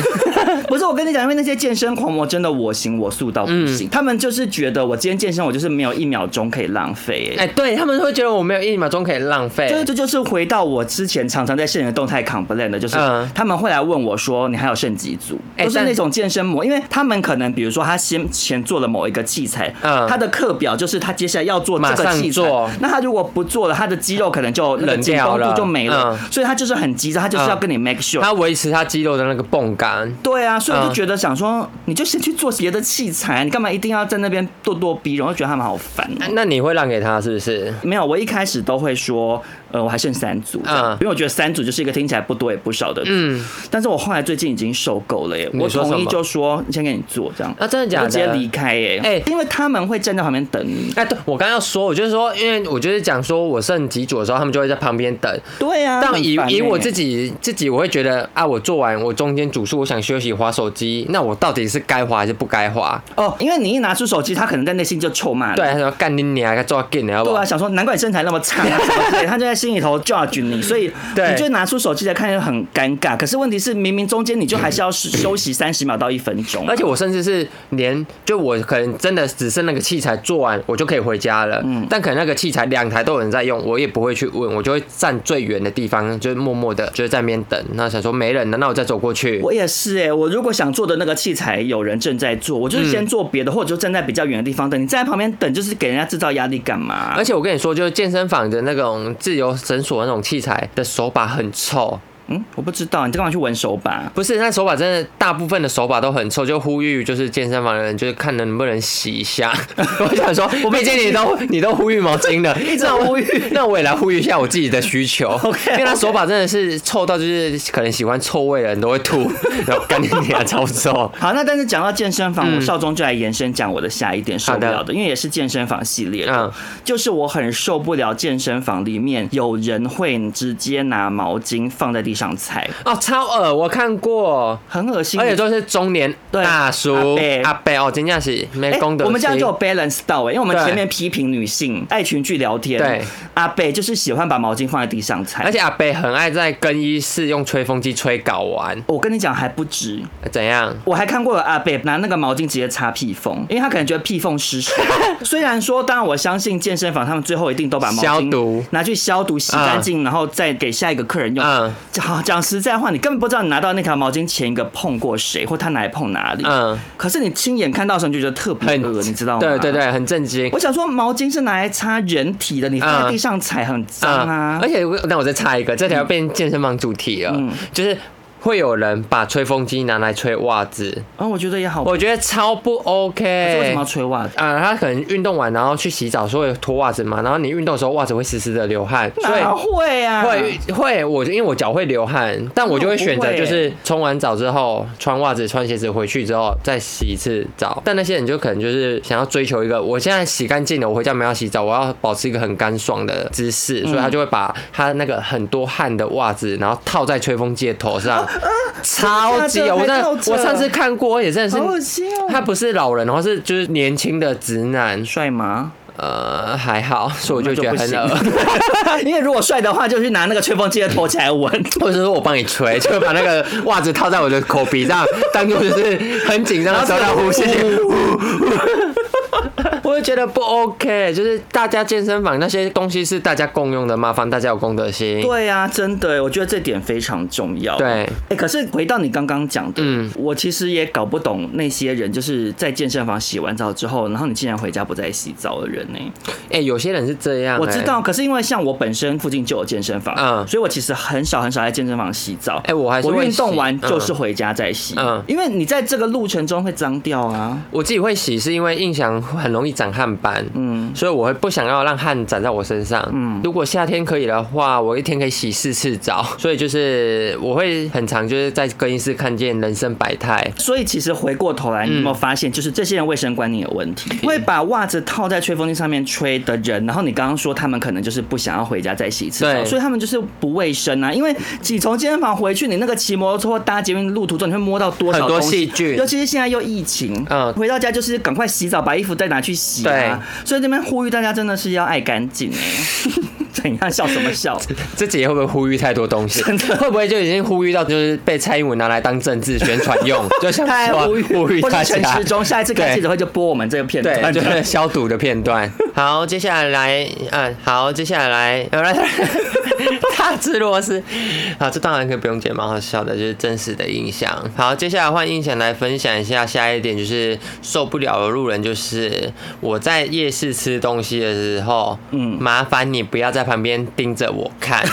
不是我跟你讲，因为那些健身狂魔真的我行我素到不嗯行，他们就是觉得我今天健身，我就是没有一秒钟可以浪费、哎 哎、对他们会觉得我没有一秒钟可以浪费。就是这就是回到我之前常常在现实动态 complain 的，就是嗯他们会来问我说你还有剩几组，哎都是但那种健身模，因为他们可能比如说他先前做了某一个器材，嗯他的课表就是他接下来要做这马个上器材做，那他如果不做了，他的肌肉可能就那个冷紧掉绷了度就没了嗯，所以他他就是很急躁，他就是要跟你 make sure。他维持他肌肉的那个泵感。对啊，所以我就嗯觉得想说，你就先去做别的器材，你干嘛一定要在那边咄咄逼人？我就觉得他们好烦哦、哎那你会让给他是不是？没有，我一开始都会说，呃，我还剩三组这样，嗯因为我觉得三组就是一个听起来不多也不少的组。嗯但是我后来最近已经受够了耶，你我说同什意么就说先给你做这样，啊真的假的我直接离开耶，哎因为他们会站在旁边等你。哎，对我刚刚要说，我就是说，因为我就是讲说我剩几组的时候，他们就会在旁边等。对啊，但以很烦耶以我自己自己，我会觉得啊，我做完我中间组数，我想休息划手机，那我到底是该划还是不该划？哦，因为你一拿出手机，他可能在内心就臭骂你。对，他说干你娘，该做到 g 要不对好啊，？想说难怪你身材那么差、 啊，什么之类的他就在心里头 judge 你，所以对你就拿出手机来看，就很尴尬。可是问题是，明明中间你就还是要 休息三十秒到一分钟，而且我甚至是连就我可能真的只剩那个器材做完，我就可以回家了。但可能那个器材两台都有人在用，我也不会去问，我就会站最远的地方，就是默默的就是在那边等。那想说没人了，那我再走过去。我也是哎、我如果想做的那个器材有人正在做，我就是嗯先做别的，或者就站在比较远的地方等。你站在旁边等，就是给人家制造压力干嘛而？且我跟你说，就是健身房的那种自由绳索那种器材的手把很臭，嗯，我不知道，你干嘛去闻手把？不是那手把真的大部分的手把都很臭，就呼吁就是健身房的人就是看能不能洗一 下。我想说，我毕竟你都你都呼吁毛巾 了，一直呼吁，那我也来呼吁一下我自己的需 求。 OK，OK 因为他手把真的是臭到就是可能喜欢臭味的人都会 吐，然后干净点超臭。好，那但是讲到健身房，我少中就来延伸讲我的下一点受不了嗯好的，因为也是健身房系列的嗯，就是我很受不了健身房里面有人会直接拿毛巾放在地上踩，哦，超恶，我看过。很恶心。而且都是中年对大叔阿伯阿伯哦，真的是没哎功德心。我们这样就有 balance 到哎、因为我们对前面批评女性爱群聚聊天，对，哎阿贝就是喜欢把毛巾放在地上踩，而且阿北很爱在更衣室用吹风机吹睾丸，我跟你讲还不止，怎样？我还看过有阿贝拿那个毛巾直接擦屁缝，因为他可能觉得屁缝 湿湿。虽然说，当然我相信健身房他们最后一定都把毛消巾毒啊拿去消毒、洗干净，然后再给下一个客人用。嗯讲讲实在话，你根本不知道你拿到那条毛巾前一个碰过谁，或他哪里碰哪里。嗯，可是你亲眼看到的时候，你就觉得特别很恶，你知道吗？对对。对，很震惊。啊我想说，毛巾是拿来擦人体的，你放在嗯地上踩很脏啊。嗯而且我那我再插一个，这条变健身房主题了，就是会有人把吹风机拿来吹袜子，啊，我觉得也好。我觉得超不可是为什么要 OK。吹袜子？啊、他可能运动完然后去洗澡，所以脱袜子嘛，然后你运动的时候袜子会湿湿的流汗，所以哪会啊？会会我因为我脚会流汗，但我就会选那我择不会就是冲完澡之后穿袜子、穿鞋子回去之后再洗一次澡。但那些人就可能就是想要追求一个，我现在洗干净了，我回家没有要洗澡，我要保持一个很干爽的姿势，所以嗯他就会把他那个很多汗的袜子，然后套在吹风机的头上，超级啊真的假有我的真还的套着我上次看过，也真的好恶是。心哦。他不是老人，然后是就是年轻的直男，帅吗？呃，还好，所以我就觉得很那就恶 不行。因为如果帅的话，就去拿那个吹风机的头起来闻。或者是我帮你吹， 就把那个袜子套在我的口鼻上，当做就是很紧张的时候在呼吸。 我就觉得不 OK，就是大家健身房那些东西是大家共用的，麻烦大家有公德心。对呀、啊，真的，我觉得这点非常重要。对哎、可是回到你刚刚讲的，嗯我其实也搞不懂那些人，就是在健身房洗完澡之后，然后你竟然回家不再洗澡的人呢、哎、有些人是这样、哎我知道，。可是因为像我本身附近就有健身房，嗯所以我其实很少很少在健身房洗澡。哎我还是会我运动洗完就是嗯回家再洗，嗯因为你在这个路程中会脏掉啊。我自己会洗，是因为印象很容易长汗斑，嗯，所以我会不想要让汗长在我身上，嗯。如果夏天可以的话，我一天可以洗四次澡，所以就是我会很常就是在更衣室看见人生百态，所以其实回过头嗯来，你有没有发现，就是这些人卫生观念有问题？会把袜子套在吹风机上面吹的人，然后你刚刚说他们可能就是不想要回家再洗一次澡，对所以他们就是不卫生啊。因为你从健身房回去，你那个骑摩托车或搭捷运的路途中，你会摸到多少很多东西细菌尤其是现在又疫情，嗯嗯，回到家就是赶快洗澡，把衣服再拿去洗啊。所以这边呼吁大家真的是要爱干净 哎。怎样笑什么笑？自己会不会呼吁太多东西？会不会就已经呼吁到就是被蔡英文拿来当政治宣传 用？就像 太说无语，哎呼吁或大者陈家时。中下一次开记者会就播我们这个片对，，段就是消毒的片段。 好，接下来，嗯，好，接下来，呃来大智若斯。 好，这当然可以不用剪，蛮好笑的，就是真实的印象。好，接下来换印象来分享一下下一点，就是受不了的路人，就是我在夜市吃东西的时候，嗯，麻烦你不要在旁边盯着我看。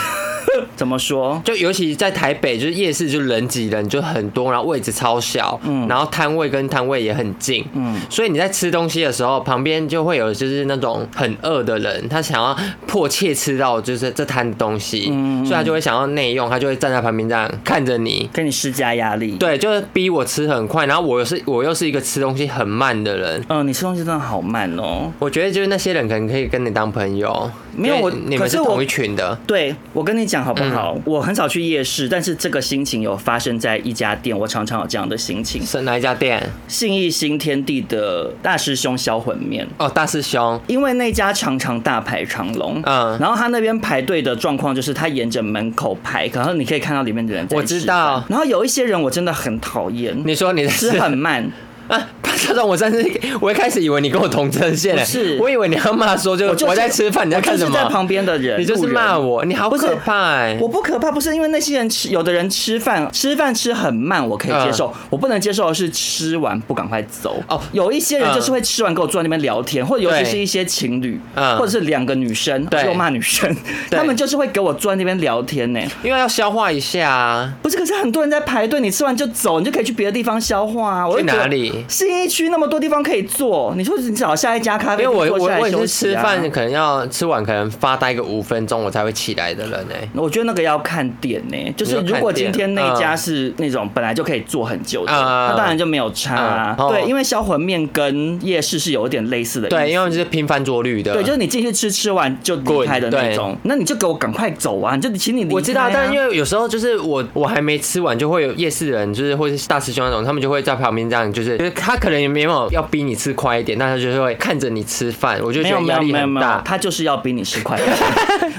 怎么说？就尤其在台北，就是夜市就人挤人就很多，然后位置超小，嗯，然后摊位跟摊位也很近，嗯，所以你在吃东西的时候，旁边就会有就是那种很饿的人，他想要迫切吃到就是这摊的东西，嗯，所以他就会想要内用，他就会站在旁边这样看着你。给你施加压力。，对，就是逼我吃很快，然后我又是我又是一个吃东西很慢的人，嗯、你吃东西真的好慢哦。我觉得就是那些人可能可以跟你当朋友，没有因为我你可们是是我同一群的，对，我跟你讲好不嗯好？我很少去夜市，但是这个心情有发生在一家店，我常常有这样的心情。是哪一家店？信义新天地的大师兄销魂面，哦，大师兄，因为那家常常大排长龙，嗯然后他那边排队的状况就是他沿着门口排，然后你可以看到里面的人在我知吃饭道然后有一些人我真的很讨厌，你说你的吃很慢，啊，这种我真是，我一开始以为你跟我同阵线嘞，不是我以为你要骂说就我就是我在吃饭，你在看什我么？就是在旁边的人，你就是路人骂我你好不是可怕欸我不可怕，不是因为那些人吃，有的人吃饭吃饭吃很慢，我可以接受，我不能接受的是吃完不赶快走。嗯哦有一些人嗯就是会吃完跟我坐在那边聊天，或者尤其对是一些情侣，嗯或者是两个女生，对又骂女生，对他们就是会给我坐在那边聊天呢、因为要消化一下啊。不是，可是很多人在排队，你吃完就走，你就可以去别的地方消化啊。我去就觉得哪里信义区那么多地方可以坐，你说你找下一家咖因啡为厅我坐我下来我也休是息吃啊饭，可能要吃完，可能发呆个五分钟，我才会起来的人哎。我觉得那个要看点呢、就是如果今天那家是那种本来就可以做很久的，嗯那当然就没有差、啊。嗯哦对，因为销魂面跟夜市是有一点类似的意思。对，嗯因为就是拼翻桌率的。对，就是你进去吃，吃完就离开的那种，那你就给我赶快走啊！你就请你离开、啊。我知道，但因为有时候就是我我还没吃完，就会有夜市的人，就是或者是大师兄那种，他们就会在旁边这样，就是就是他可能也没有要逼你吃快一点，但他就是会看着你吃饭，我就没觉有得没压有力没有很没有大，。他就是要比你吃 快点。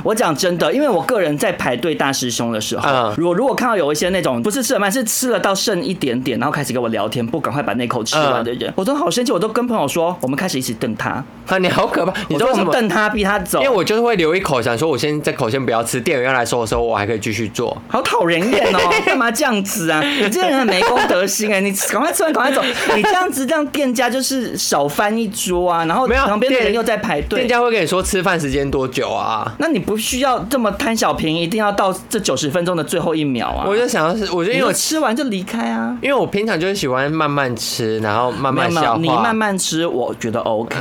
我讲真的，因为我个人在排队大师兄的时候，嗯我如果看到有一些那种不是吃很慢，是吃了到剩一点点，然后开始跟我聊天，不赶快把那口吃完的嗯人，我都好生气，我都跟朋友说，我们开始一起瞪他。 啊，你好可怕！你我知道说为我什们么？瞪他，逼他走，因为我就是会留一口，想说我先这口先不要吃，店员要来收的时候，我还可以继续做。好讨人 厌哦，干嘛这样子啊？你这个人很没公德心哎、你赶快吃完，赶快走，你这样子让店家就是少翻一桌啊，然后没有旁边的人店又在排店队。家会跟你说吃饭时间多久啊？那你不需要这么贪小便宜，一定要到这九十分钟的最后一秒啊！我就想要是，我就因为你就我吃完就离开啊。因为我平常就是喜欢慢慢吃，然后慢慢没有消化。你慢慢吃，我觉 得 OK。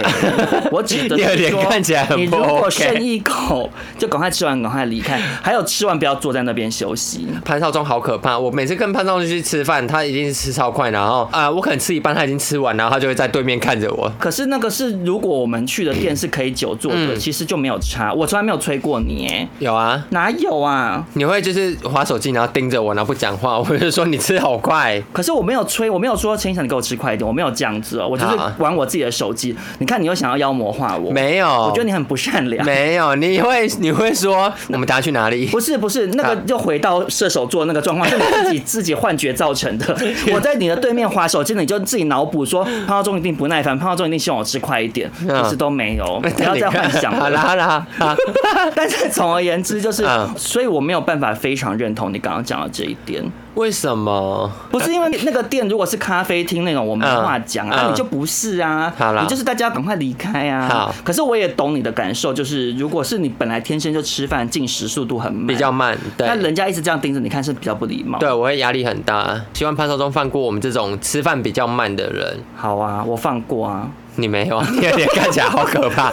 我指的你的是脸说，看起来很你不如果 OK 剩一口，就赶快吃完，赶快离开。还有吃完不要坐在那边休息。潘少忠好可怕，我每次跟潘少忠去吃饭，他一定是吃超快，然后啊、我可能吃一半，他已经吃完，然后他就会在对面看着我。可是那个是，如果我们去的店是可以久坐的，嗯其实就没有差。我从来没有催过你，哎，有啊，哪有啊？你会就是划手机，然后盯着我，然后不讲话，我就说你吃好快。可是我没有催，我没有说陈想你给我吃快一点，我没有这样子哦、我就是好玩我自己的手机。你看，你又想要妖魔化我，啊没有，我觉得你啊很不善良。没有，你会你会说我们等下去哪里？ 不是不是，那个啊又回到射手座那个 状况，是你自己自己幻觉造成的。我在你的对面划手机，你就自己脑补说潘浩中一定不耐烦，潘浩中一定希望我吃快一点，嗯其实都没 有，不要再幻想好啦了。好啦，啊 但是总而言之，就是嗯，所以我没有办法非常认同你刚刚讲的这一点。为什么？不是因为那个店如果是咖啡厅那种，我没话讲啊，嗯那嗯你就不是啊，好啦你就是大家赶快离开啊。好可是我也懂你的感受，就是如果是你本来天生就吃饭进食速度很慢，比较慢，对那。人家一直这样盯着你看是比较不礼貌。对，，我会压力很大。希望潘少忠放过我们这种吃饭比较慢的人。好啊，我放过啊。你没有，你的脸看起来好可 怕。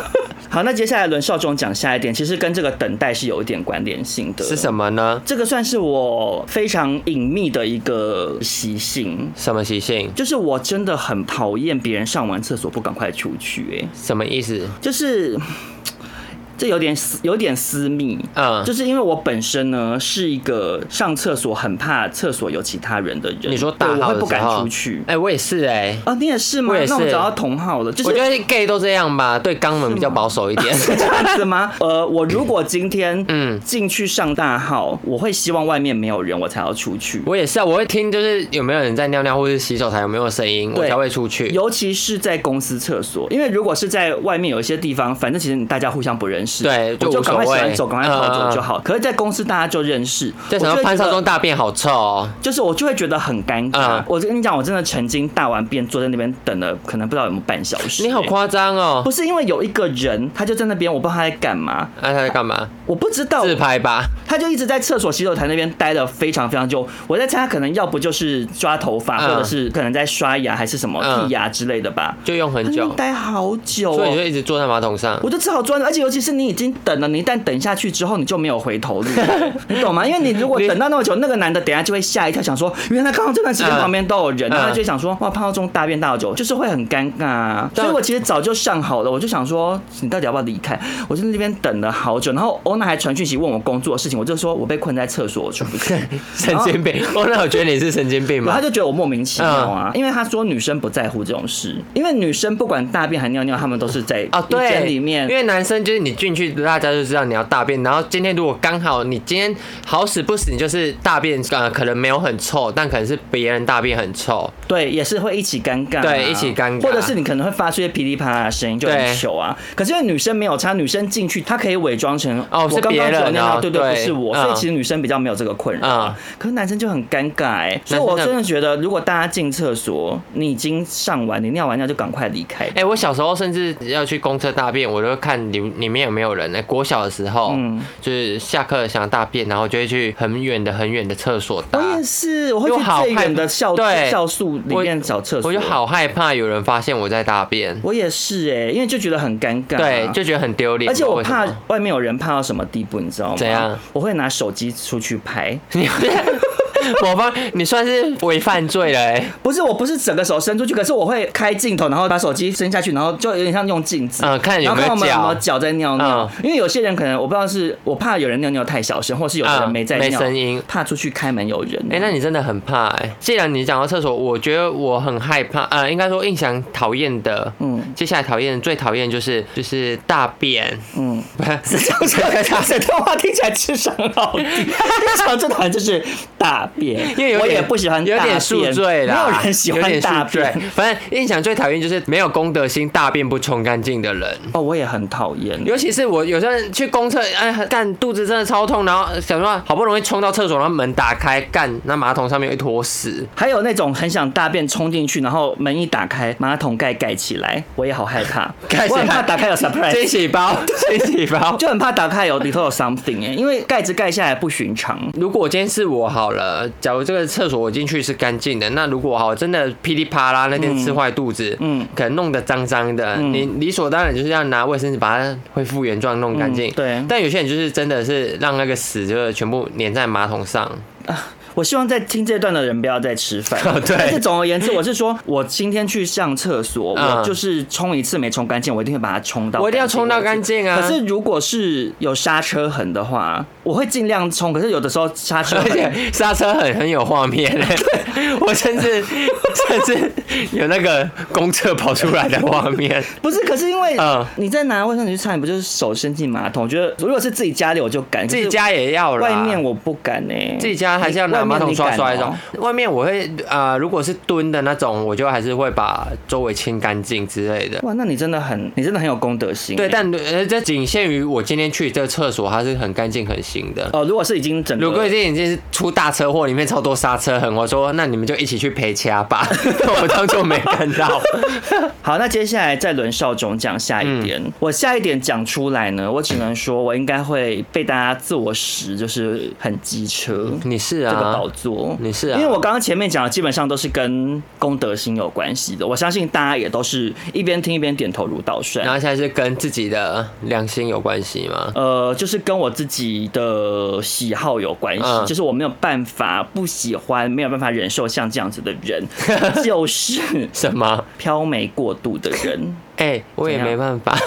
好，那接下来轮少中讲下一点，其实跟这个等待是有一点关联性的。是什么呢？这个算是我非常隐秘的一个习性，什么习性？就是我真的很讨厌别人上完厕所不赶快出去、欸，什么意思？就是。这有点私有点私密，嗯就是因为我本身呢是一个上厕所很怕厕所有其他人的人，你说大对我号会的不时敢候，出去。哎、我也是哎、啊，你也是吗？我也是那我找到同号了，就是我觉得 gay 都这样吧，对肛门比较保守一 点。这样子 吗？呃，我如果今天嗯嗯进去上大号，我会希望外面没有人，我才要出去。我也是啊，我会听就是有没有人在尿尿，或是洗手台有没有声音，我对才会出去。尤其是在公司厕所，因为如果是在外面有一些地方，反正其实你大家互相不认事，对我就就赶快无洗所谓完手，赶快跑走嗯嗯就好。可是，在公司大家就认识，在我想就到会潘觉少得忠大便好臭哦，就是我就会觉得很尴尬嗯。我跟你讲，我真的曾经大完便坐在那边等了，可能不知道有没有半小时。欸你好夸张哦不！是因为有一个人，他就在那边，我不知道他在干嘛，那、啊他在干嘛？我不知道，自拍吧，哦他就一直在厕所洗手台那边待了非常非常久。我在猜他可能要不就是抓头发，嗯或者是可能在刷牙还是什么嗯剔牙之类的吧。就用他很那边久，待好久、所以你就哦。一直坐在马桶上我。就只好钻了，而且尤其是你已经等了，你一旦等下去之后，你就没有回头路了， 你懂吗？因为你如果等到那么久，那个男的等下就会吓一跳，想说原来刚刚这段时间嗯旁边都有人，嗯然后他就想说哇，胖到这种大便大久，就是会很尴尬、啊。所但以我其实早就上好了，我就想说你到底要不要离开？我就在那边等了好久，然后欧娜还传讯息问我工作的事情，我就说我被困在厕所，我出不 去。神经 病！哦，那我觉得你是神经病然后吧他？就觉得我莫名其妙嗯啊，因为他说女生不在乎这种事，因为女生不管大便还尿尿，她们都是在啊，一对，间里面因为男生就是你进去，大家就知道你要大便。然后今天如果刚好你今天好死不死，你就是大便呃可能没有很臭，但可能是别人大便很臭。对，也是会一起尴尬啊、对一起尴尬或者是你可能会发出一些噼里啪啦的声音，就很对糗啊。可是因为女生没有差，女生进去她可以伪装成哦我是刚别刚人尿尿，哦对对，对不是我，嗯所以其实女生比较没有这个困扰啊。可是男生就很尴尬哎、所以我男生真真的觉得，如果大家进厕所，你已经上完，你尿完尿就赶快离开吧。哎、我小时候甚至要去公厕大便，我都会看里里面有没有人。哎、国小的时候，嗯就是下课想大便，然后就会去很远的很远的厕所大我。哦也是，我会因为去我好最害远的校对校宿里我面找厕所。我就，好害怕有人发现我在大便，我也是哎、因为就觉得很尴尬。啊对，就觉得很丢脸。而且不我知道怕为什么外面有人怕到什么地步，你知道吗？怎样？我会拿手机出去拍。 我方，你算是违犯罪了、哎，不是，我不是整个手伸出去，可是我会开镜头，然后把手机伸下去，然后就有点像用镜子，嗯看有然后没有看我脚嗯们有没有脚在尿尿。因为有些人可能我不知道是我怕有人尿尿太小声，或是有的人嗯没在没尿，声音怕出去开门有人。哎、那你真的很怕哎、既然你讲到厕所，我觉得我很害怕，呃，应该说印象讨厌的，嗯嗯，接下来讨厌最讨厌就是就是大便，嗯，不是这样子，这段话听起来智商好低。 智商最讨厌就是大便， 因为有我点也不喜欢有大点便宿醉啦，没有人喜有欢点宿大醉便。反正印象最讨厌就是没有公德心、大便不冲干净的人。哦，我也很讨厌。尤其是我有时候去公厕，哎，干肚子真的超痛，然后想说好不容易冲到厕所，然后门打开，干那马桶上面有一坨屎，还有那种很想大便冲进去，然后门一打开，马桶盖盖起来，我也好害怕， 盖起我来很怕打开有 惊 surprise，喜包，惊喜包。就很怕打开有里头有 something 哎、因为盖子盖下来不寻常。如果今天是我好了，假如这个厕所我进去是干净的，那如果好真的噼里啪啦那天吃坏肚子，嗯嗯，可能弄得脏脏的，你理所当然就是要拿卫生纸把它恢复原状弄干净、嗯对但有些人就是真的是让那个屎就是全部粘在马桶上，我希望在听这段的人不要再吃 饭。哦对但是总而言之，我是说，我今天去上厕所，嗯我就是冲一次没冲干净，我一定会把它冲到，我一定要冲到干。净啊！可是如果是有刹车痕的话，我会尽量冲。可是有的时候刹车 而痕且刹车很很有画面、 我甚至甚至有那个公厕跑出来的画面。不是，可是因为嗯你在拿卫生纸去擦，你不就是手伸进马桶？我觉得如果是自己家里，我就敢；自己家也要可啦，是外面我不敢欸呢、自己家还是要拿马桶刷刷一种种。。外面我会呃，如果是蹲的那种，我就还是会把周围清干净之类的。哇，那你真的很，你真的很有公德心、欸对，但呃，这仅限于我今天去这个厕所，它是很干净很新的。哦，如果是已经整个，如果这已经是出大车祸，里面超多刹车痕，我说那你们就一起去陪掐 吧，我当做没看到。好，那接下来再轮少总讲下一点。嗯我下一点讲出来呢，我只能说我应该会被大家自我识，就是很机车。你是啊，这个宝座，你是啊因为我刚刚前面讲的基本上都是跟公德心有关系的，我相信大家也都是一边听一边点头如捣蒜然。后现在是跟自己的良心有关系吗？呃，就是跟我自己的喜好有关系，嗯就是我没有办法不喜欢，没有办法忍受像这样子的 人，就是什么？ 飘眉过度的人，哎、我也怎没样办 法，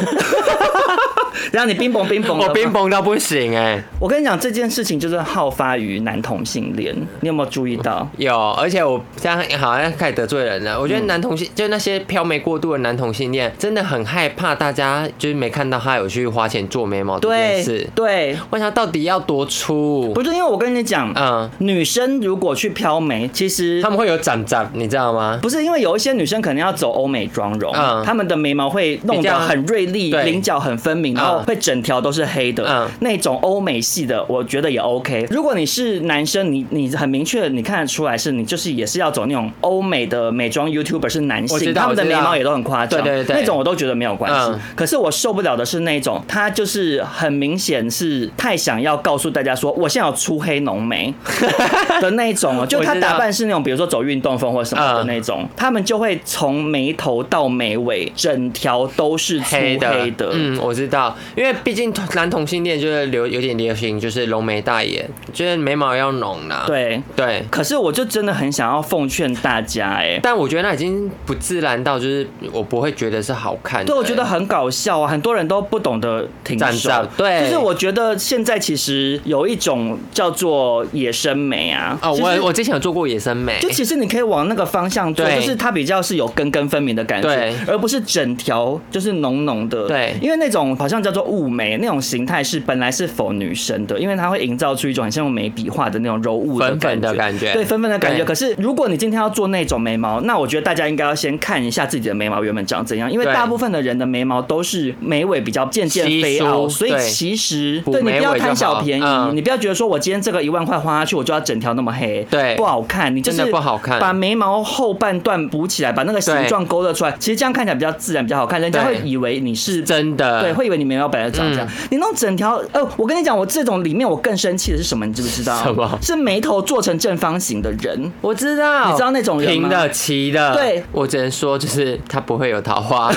让你冰崩冰 崩。我哦冰。崩到不行哎、我跟你讲，这件事情就是好发于男同性恋，你有没有注意到？有，而且我这样好像开始得罪人了。我觉嗯得男同性、就那些飘眉过度的男同性恋，真的很害怕大家就是没看到他有去花钱做眉毛这件对事。对，我想到底要多粗不？是因为我跟你讲，嗯，女生如果去飘眉，其实他。们会有长长，你知道吗？不是因为有一些女生可能要走欧美妆容，嗯她们的眉毛会弄比得较很锐利，对棱角很分明，然后后嗯会整条都是黑的，嗯那种欧美系的，我觉得也 OK。如果你是男生，你你很明确，你看得出来是你就是也是要走那种欧美的美妆 YouTuber 是男我知性，道他们的我眉知道毛也都很夸张，对对对那种我都觉得没有关系。嗯可是我受不了的是那种，他就是很明显是太想要告诉大家说，我现在有出黑浓眉的那 种哦，就我他知道打扮是那种，比如说走运动风或什么的嗯那种，他们就会从眉头到眉尾，整条都是粗黑的，的嗯，我知道，因为毕竟男同性恋就是流有点流行，就是浓眉大眼，就是眉毛要浓啦、对。对，可是我就真的很想要奉劝大家、哎。但我觉得那已经不自然到，就是我不会觉得是好看的、对，我觉得很搞笑啊，很多人都不懂得停站手哨。对就是我觉得现在其实有一种叫做野生美啊。哦，其实我我之前有做过野生美，就其实你可以往那个方向做，对就是它比较是有根根分明的感觉对，而不是整条就是浓浓的。对因为那种好像叫做雾眉，那种形态是本来是否女生的，因为它会营造出一种很像用眉笔画的那种柔雾粉粉的感觉对粉粉的感觉。对可是如果你今天要做那种眉毛，那我觉得大家应该要先看一下自己的眉毛原本长怎样，因为对大部分的人的眉毛都是眉尾比较渐渐飞稀凹，疏所以对其实补对你眉不要尾就贪小好便宜，嗯你不要觉得说我今天这个一万块花下去，我就要整条那么黑，对不好看，你就是真的不好看把眉毛后半段补起来，把那个形对状勾勒出来，其实这样看起来比较自然，比较好看，人家会对以为你是真的，嗯对，会以为你眉毛本来长这样。你弄整条，呃，我跟你讲，我这种里面我更生气的是什么？你知不知道？什么是眉头做成正方形的人。我知道，你知道那种人平吗的、齐的，对我只能说就是他不会有桃花，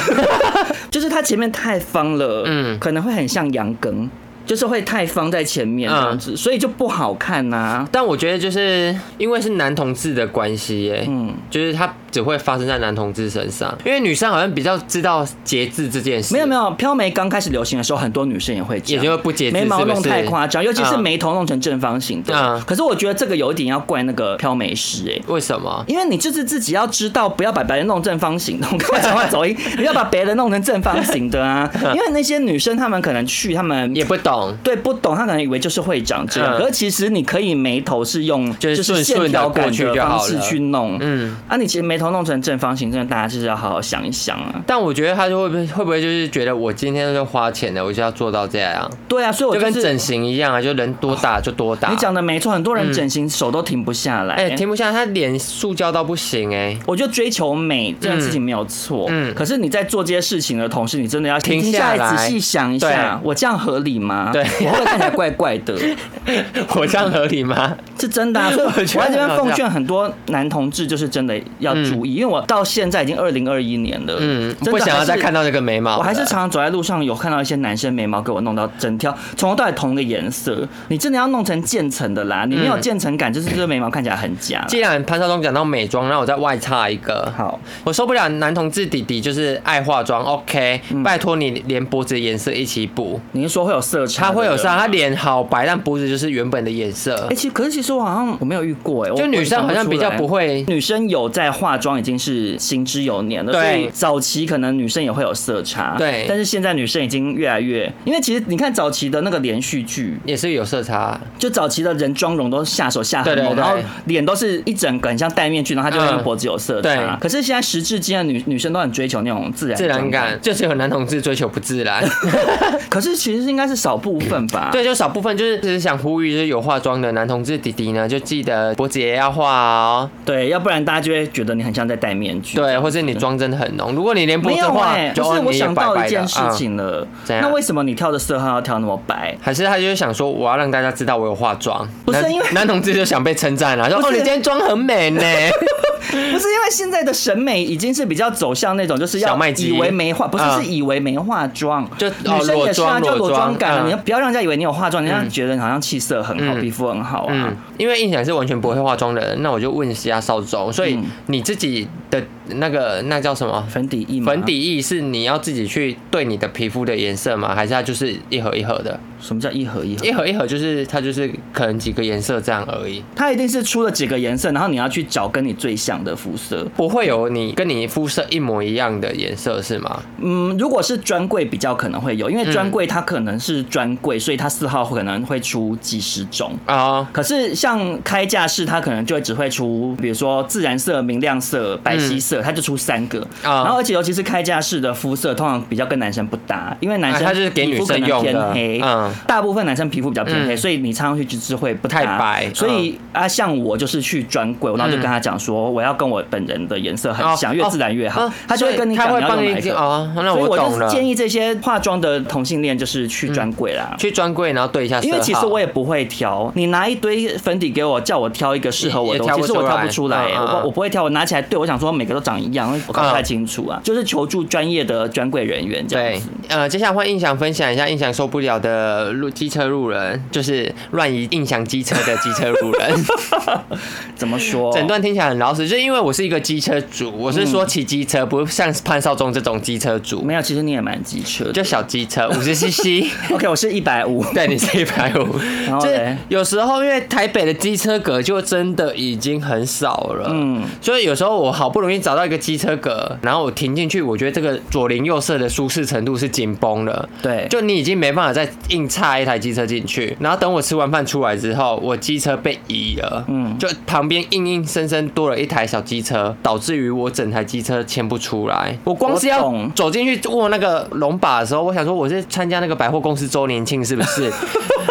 就是它前面太方了，嗯，嗯可能会很像羊羹，就是会太方在前面这样子，嗯所以就不好看啊呐、但我觉得就是因为是男同志的关系耶，嗯嗯，就是它只会发生在男同志身上，因为女生好像比较知道节制这件事，没有没有，飘眉刚开始流行的时候，很多女生也会这也样，就不节制，眉毛是不弄是太夸张，尤其是嗯眉头弄成正方形的。嗯可是我觉得这个有一点要怪那个飘眉师哎、为什么？因为你就是自己要知道，不要把别人弄正方形的。我刚才讲话走音，你要把别人弄成正方形 的啊。因为那些女生她们可能去，她们也不懂，对不懂，她可能以为就是会长这样，嗯可是其实你可以眉头是用就是是顺顺线地条感过去的就好方式了去弄。嗯。啊，你其实眉头弄成正方形，真的大家就是要好好想一想啊。但我觉得他就会不会会不会就是觉得我今天就花钱了，我就要做到这样，对啊，所以我就就跟是整形一样啊，就人多大就多大。你讲的没错，很多人整形手都停不下来。嗯哎、停不下来，他脸塑胶到不行哎、 我觉得追求美这件事情没有错，嗯嗯可是你在做这些事情的同时，你真的要停停下来，来仔细想一下，对我这样合理吗？对我会看起来怪怪 的，我这样合理吗？是真 的、啊。所以我我觉得在这边很好奉笑劝很多男同志，就是真的要注意，因为我到现在已经二零二一年了，嗯，真的不想要再看到。到这个眉毛了。我还是常常走在路上，有看到一些男生眉毛给我弄到整条，从头到尾同一个颜色。你真的要弄成渐层的啦，你没有渐层感，就是这个眉毛看起来很假啦。既然潘少忠讲到美妆，让我再外插一个。好，我受不了男同志弟弟就是爱化妆，OK，、拜嗯托你连脖子的颜色一起补。你是说会有色差？他会有嗯对不对伤，他脸好白，但脖子就是原本的颜色哎、。其实可是其实我好像我没有遇过哎、我就女生好像比较不。我想出来会，女生有在化妆已经是行之有年了，所对以早期可能女生也会有色差，对但是现在女生已经越来越，因为其实你看早期的那个连续剧，也是有色差。就早期的人妆容都下手下很对对猛，对然后脸都是一整个很像戴面具，然后她就会嗯用脖子有色差。对可是现在时至今日，女女生都很追求那种自然自然妆感，就只有男同志追求不自 然，可是其实应该是少部分吧。对，就少部分就是只是想呼吁，就是有化妆的男同志弟弟呢，就记得脖子也要画哦，对，要不然大家就会觉得你很像在戴面 具。对，或是你妆真的很浓，如果你连脖没子有画哎、，就不是哦我你也想白到白一件的事嗯情了，怎样那为什么你跳的色号要跳那么 白？还是他就是想说，我要让大家知道我有化妆。不是男因为男同志就想被称赞 了，说不哦，是你今天妆很美 呢。不是因为现在的审美已经是比较走向那种，就是要小麦肌以为没化，不是嗯是以为没化妆，就哦女生也是裸啊，妆就裸裸妆妆感嗯了，你不要让人家以为你有化妆，人家觉得你好像气色很好，嗯皮肤很好啊嗯。，因为印象是完全不会化妆的人，那我就问一下少总，所以嗯你自己的那个那叫什么？粉底液吗？粉底液是你要自己去对你的皮肤的颜色吗？还是它就是一盒一盒的？什么叫一盒一盒一？盒一盒就是它就是可能几个颜色这样而已，它一定是出了几个颜色，然后你要去找跟你最像的肤色。不会有你跟你肤色一模一样的颜色是吗？嗯，如果是专柜比较可能会有，因为嗯专柜它可能是专柜，所以它四号可能会出几十种。啊、可是像开架式，它可能就只会出，比如说自然色、明亮色、白皙色、色，它就出三个。嗯啊然后而且尤其是开架式的肤色，通常比较跟男生不搭，因为男生啊它就是给皮肤女生可能用的偏黑，嗯大部分男生皮肤比较偏黑，嗯所以你擦上去就是会不太搭白嗯所以啊，像我就是去专柜，然后就跟他讲说，我要跟我本人的颜色很哦像，越自然越好哦，他就会跟你所讲以他会你要帮用你哪一个。哦那所以我我懂就了嗯是建议这些化妆的同性恋就是去专柜啦。去专柜然后对一下色号， 因为其实我也也不会挑，你拿一堆粉底给我，叫我挑一个适合我也的，也挑我不其实我出来挑不出来、嗯嗯我嗯不我不会挑，我拿起来对我想说每个都长一样，我搞不太清楚啊，就是求助专业的专柜人员这样对子。，呃，接下来换印象分享一下印象受不了的路机车路人，就是乱移印象机车的机车路 人。怎么说？整段听起来很老实，就是因为我是一个机车主，我是说骑机车，不是像潘少忠这种机车主，没有，其实你也蛮机车的。就小机车五十 CC。 OK，我是一百五，对，你是一百五然，后就是嘞有时候因为台北的机车格就真的已经很少了，嗯，所以有时候我好不容易找到一个机车格，然后我停进去，我觉得这个左邻右舍的舒适程度是紧绷了，对就你已经没办法再硬插一台机车进去，然后等我吃完饭出来之后，我机车被移了，嗯，就旁边硬硬生生多了一台小机车，导致于我整台机车牵不出来，我光是我要懂走进去握那个龙把的时候，我想说我是参加那个百货公司周年庆是不 是？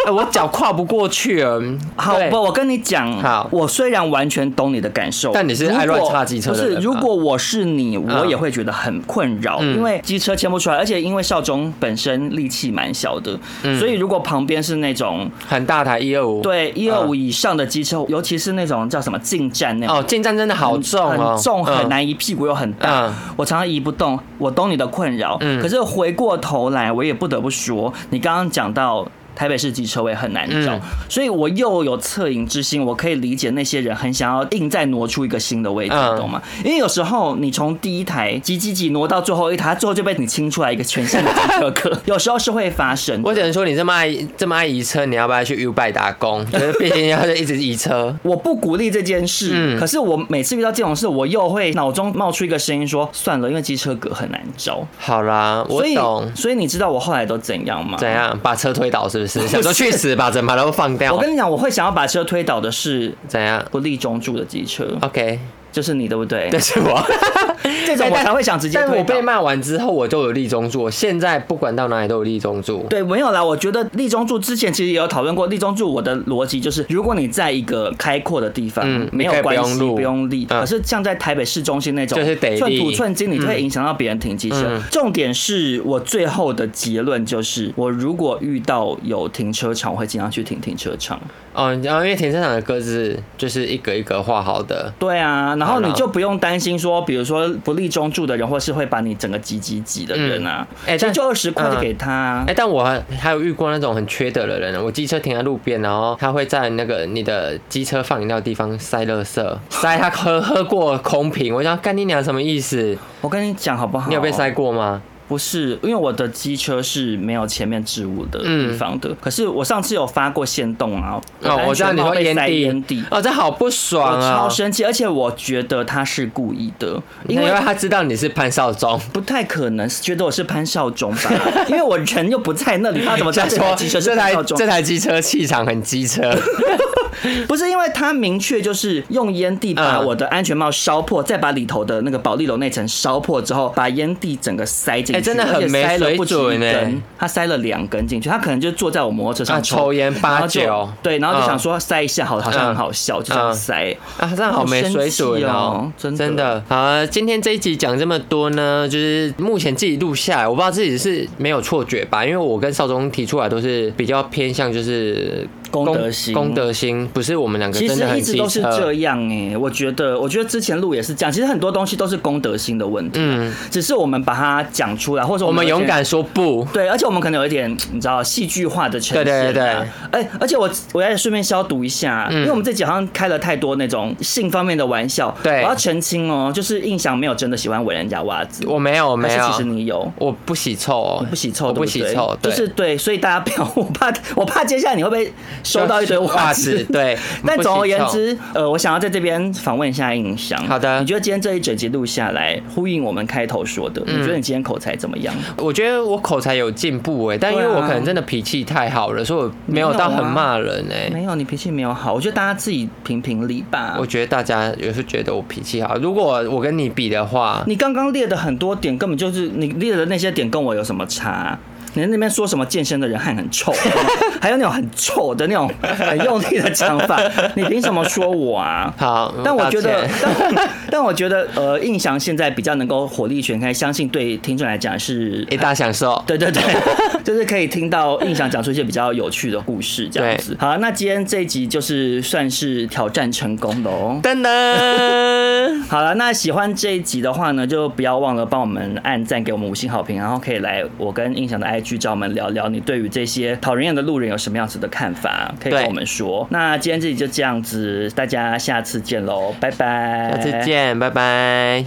哎我脚跨不过去了，好对不，我跟你讲，好我虽然完全懂你的感受，但你是如果爱乱插机车不的是，人吧啊如果我是你，我也会觉得很困扰，嗯因为机车牵不出来，而且因为少中本身力气蛮小的，嗯所以如果旁边是那种很大台一二五，对一二嗯五以上的机车，尤其是那种叫什么近战那种。哦，进站真的好重哦，很重，很嗯。难移，屁股又很大嗯，我常常移不动。我懂你的困扰，可是回过头来，我也不得不说，你刚刚讲到。台北市机车位很难找，嗯所以我又有恻隐之心，我可以理解那些人很想要硬再挪出一个新的位置，嗯懂吗？因为有时候你从第一台挤挤挤挪到最后一台，它最后就被你清出来一个全新的机车 壳，有时候是会发生的。。我只能说你这么爱这么爱移车，你要不要去 U 拜打工？就是变形要一直移车 我不鼓励这件事，嗯可是我每次遇到这种事，我又会脑中冒出一个声音说：算了，因为机车格很难招。好啦，我所以懂，啊所以你知道我后来都怎样吗？怎？样把车推倒是不是？想说去死吧，整把都放掉我。跟你讲，我会想要把车推倒的是怎样不立中柱的机车， ？OK，就是你对不对？这是我。 这种我才会想直接但推我被倒。骂完之后，我都有立中柱。我现在不管到哪里都有立中柱。对，没有啦。我觉得立中柱之前其实也有讨论过，立中柱我的逻辑就是，如果你在一个开阔的地方，嗯没你可有以不关用系，录不用立。嗯可是像在台北市中心那种，就是得立寸土寸金，你就会影响到别人停机车。嗯重点是我最后的结论就是，我如果遇到有停车场，我会经常去停停车场。哦，然后因为停车场的格子就是一格一格画好的。对啊，然好后啦你就不用担心说，比如说不立中柱的人，或是会把你整个挤挤挤的人啊，嗯哎其实但就二十块嗯就给他啊、哎、但我还还有遇过那种很缺德的人，我机车停在路边，然后他会在那个你的机车放饮料的地方塞垃圾，塞他喝 喝过空瓶，我想干你娘什么意思？我跟你讲好不好？你有被塞？过吗？不是，因为我的机车是没有前面置物的地方的。可是我上次有发过线洞啊，嗯哦，我知道你说被烟塞蒂，烟蒂。哦，这好不我爽啊！超生气，而且我觉得他是故意的，因因为为他知道你是潘少忠，不太可能是觉得我是潘少忠 吧，因为我人又不在那里，他怎么知道他这台说机车是这潘台少忠？这台机车气场很机 车，不是因为他明确就是用烟蒂把嗯我的安全帽烧破，再把里头的那个保利龙那层烧破之后，把烟蒂整个塞进去，哎真的很而且没塞了不止水一准根哎，他塞了两根进去，他可能就坐在我摩托车上啊抽烟然后就八九对，然嗯后就想说塞一下好，好像很好笑，就这样塞。啊，这样好没水准哦，好生气哦真的真的。好、啊，今天这一集讲这么多呢，就是目前自己录下来，我不知道自己是没有错觉吧，因为我跟少宗提出来都是比较偏向就是公德心公德心不是我们两个其哎真实的很一直机都是这车。样哎、我觉得，我觉得之前录也是这样。其实很多东西都是公德心的问题，嗯，只是我们把它讲出来，或者说我们有勇些敢说不，对，而且我们可能有一点，你知道戏剧化的呈现、啊。对对对嗯哎、而且我我要顺便消毒一下，因为我们这集好像开了太多那种性方面的玩笑。对我要澄清哦，就是印象没有真的喜欢闻人家袜子，我没有，我还没是有，其实你有。我不洗臭、哦，不洗臭，我不对洗对臭，就对是对，所以大家不要，我怕我怕接下来你会不会收到一堆袜袜子。子，。对 但总而言不嗯行之，呃，我想要在这边访问一下印象。好的你觉得今天这一整集录下来，呼应我们开头说的，你觉得你今天口才怎么样？臭，我觉得我口才有进步哎，但因为对啊我可能真的脾气太好了，所以我没有到很骂人哎。没有，你脾气没有好，我觉得大家自己评评理吧我。觉得大家有时候觉得我脾气好，如果我跟你比的话，你刚刚列的很多点，根本就是你列的那些点跟我有什么差、你在那边说什么健身的人汗很臭， 还有那种很臭的那种很用力的讲法， 你凭什么说我啊？ 好，但我觉道得歉，但 但我觉得，呃，印象现在比较能够火力全开，相信对听众来讲是一大享 受。对对对，就是可以听到印象讲出一些比较有趣的故事，这样子。好，那今天这一集就是算是挑战成功的哦。噔噔，好了，那喜欢这一集的话呢，就不要忘了帮我们按赞，给我们五星好评，然后可以来我跟印象的 IG 找我们聊聊，你对于这些讨人厌的路人有什么样子的看法，可以跟对我们说。那今天这集就这样子，大家下次见喽，拜拜，下次见，拜拜。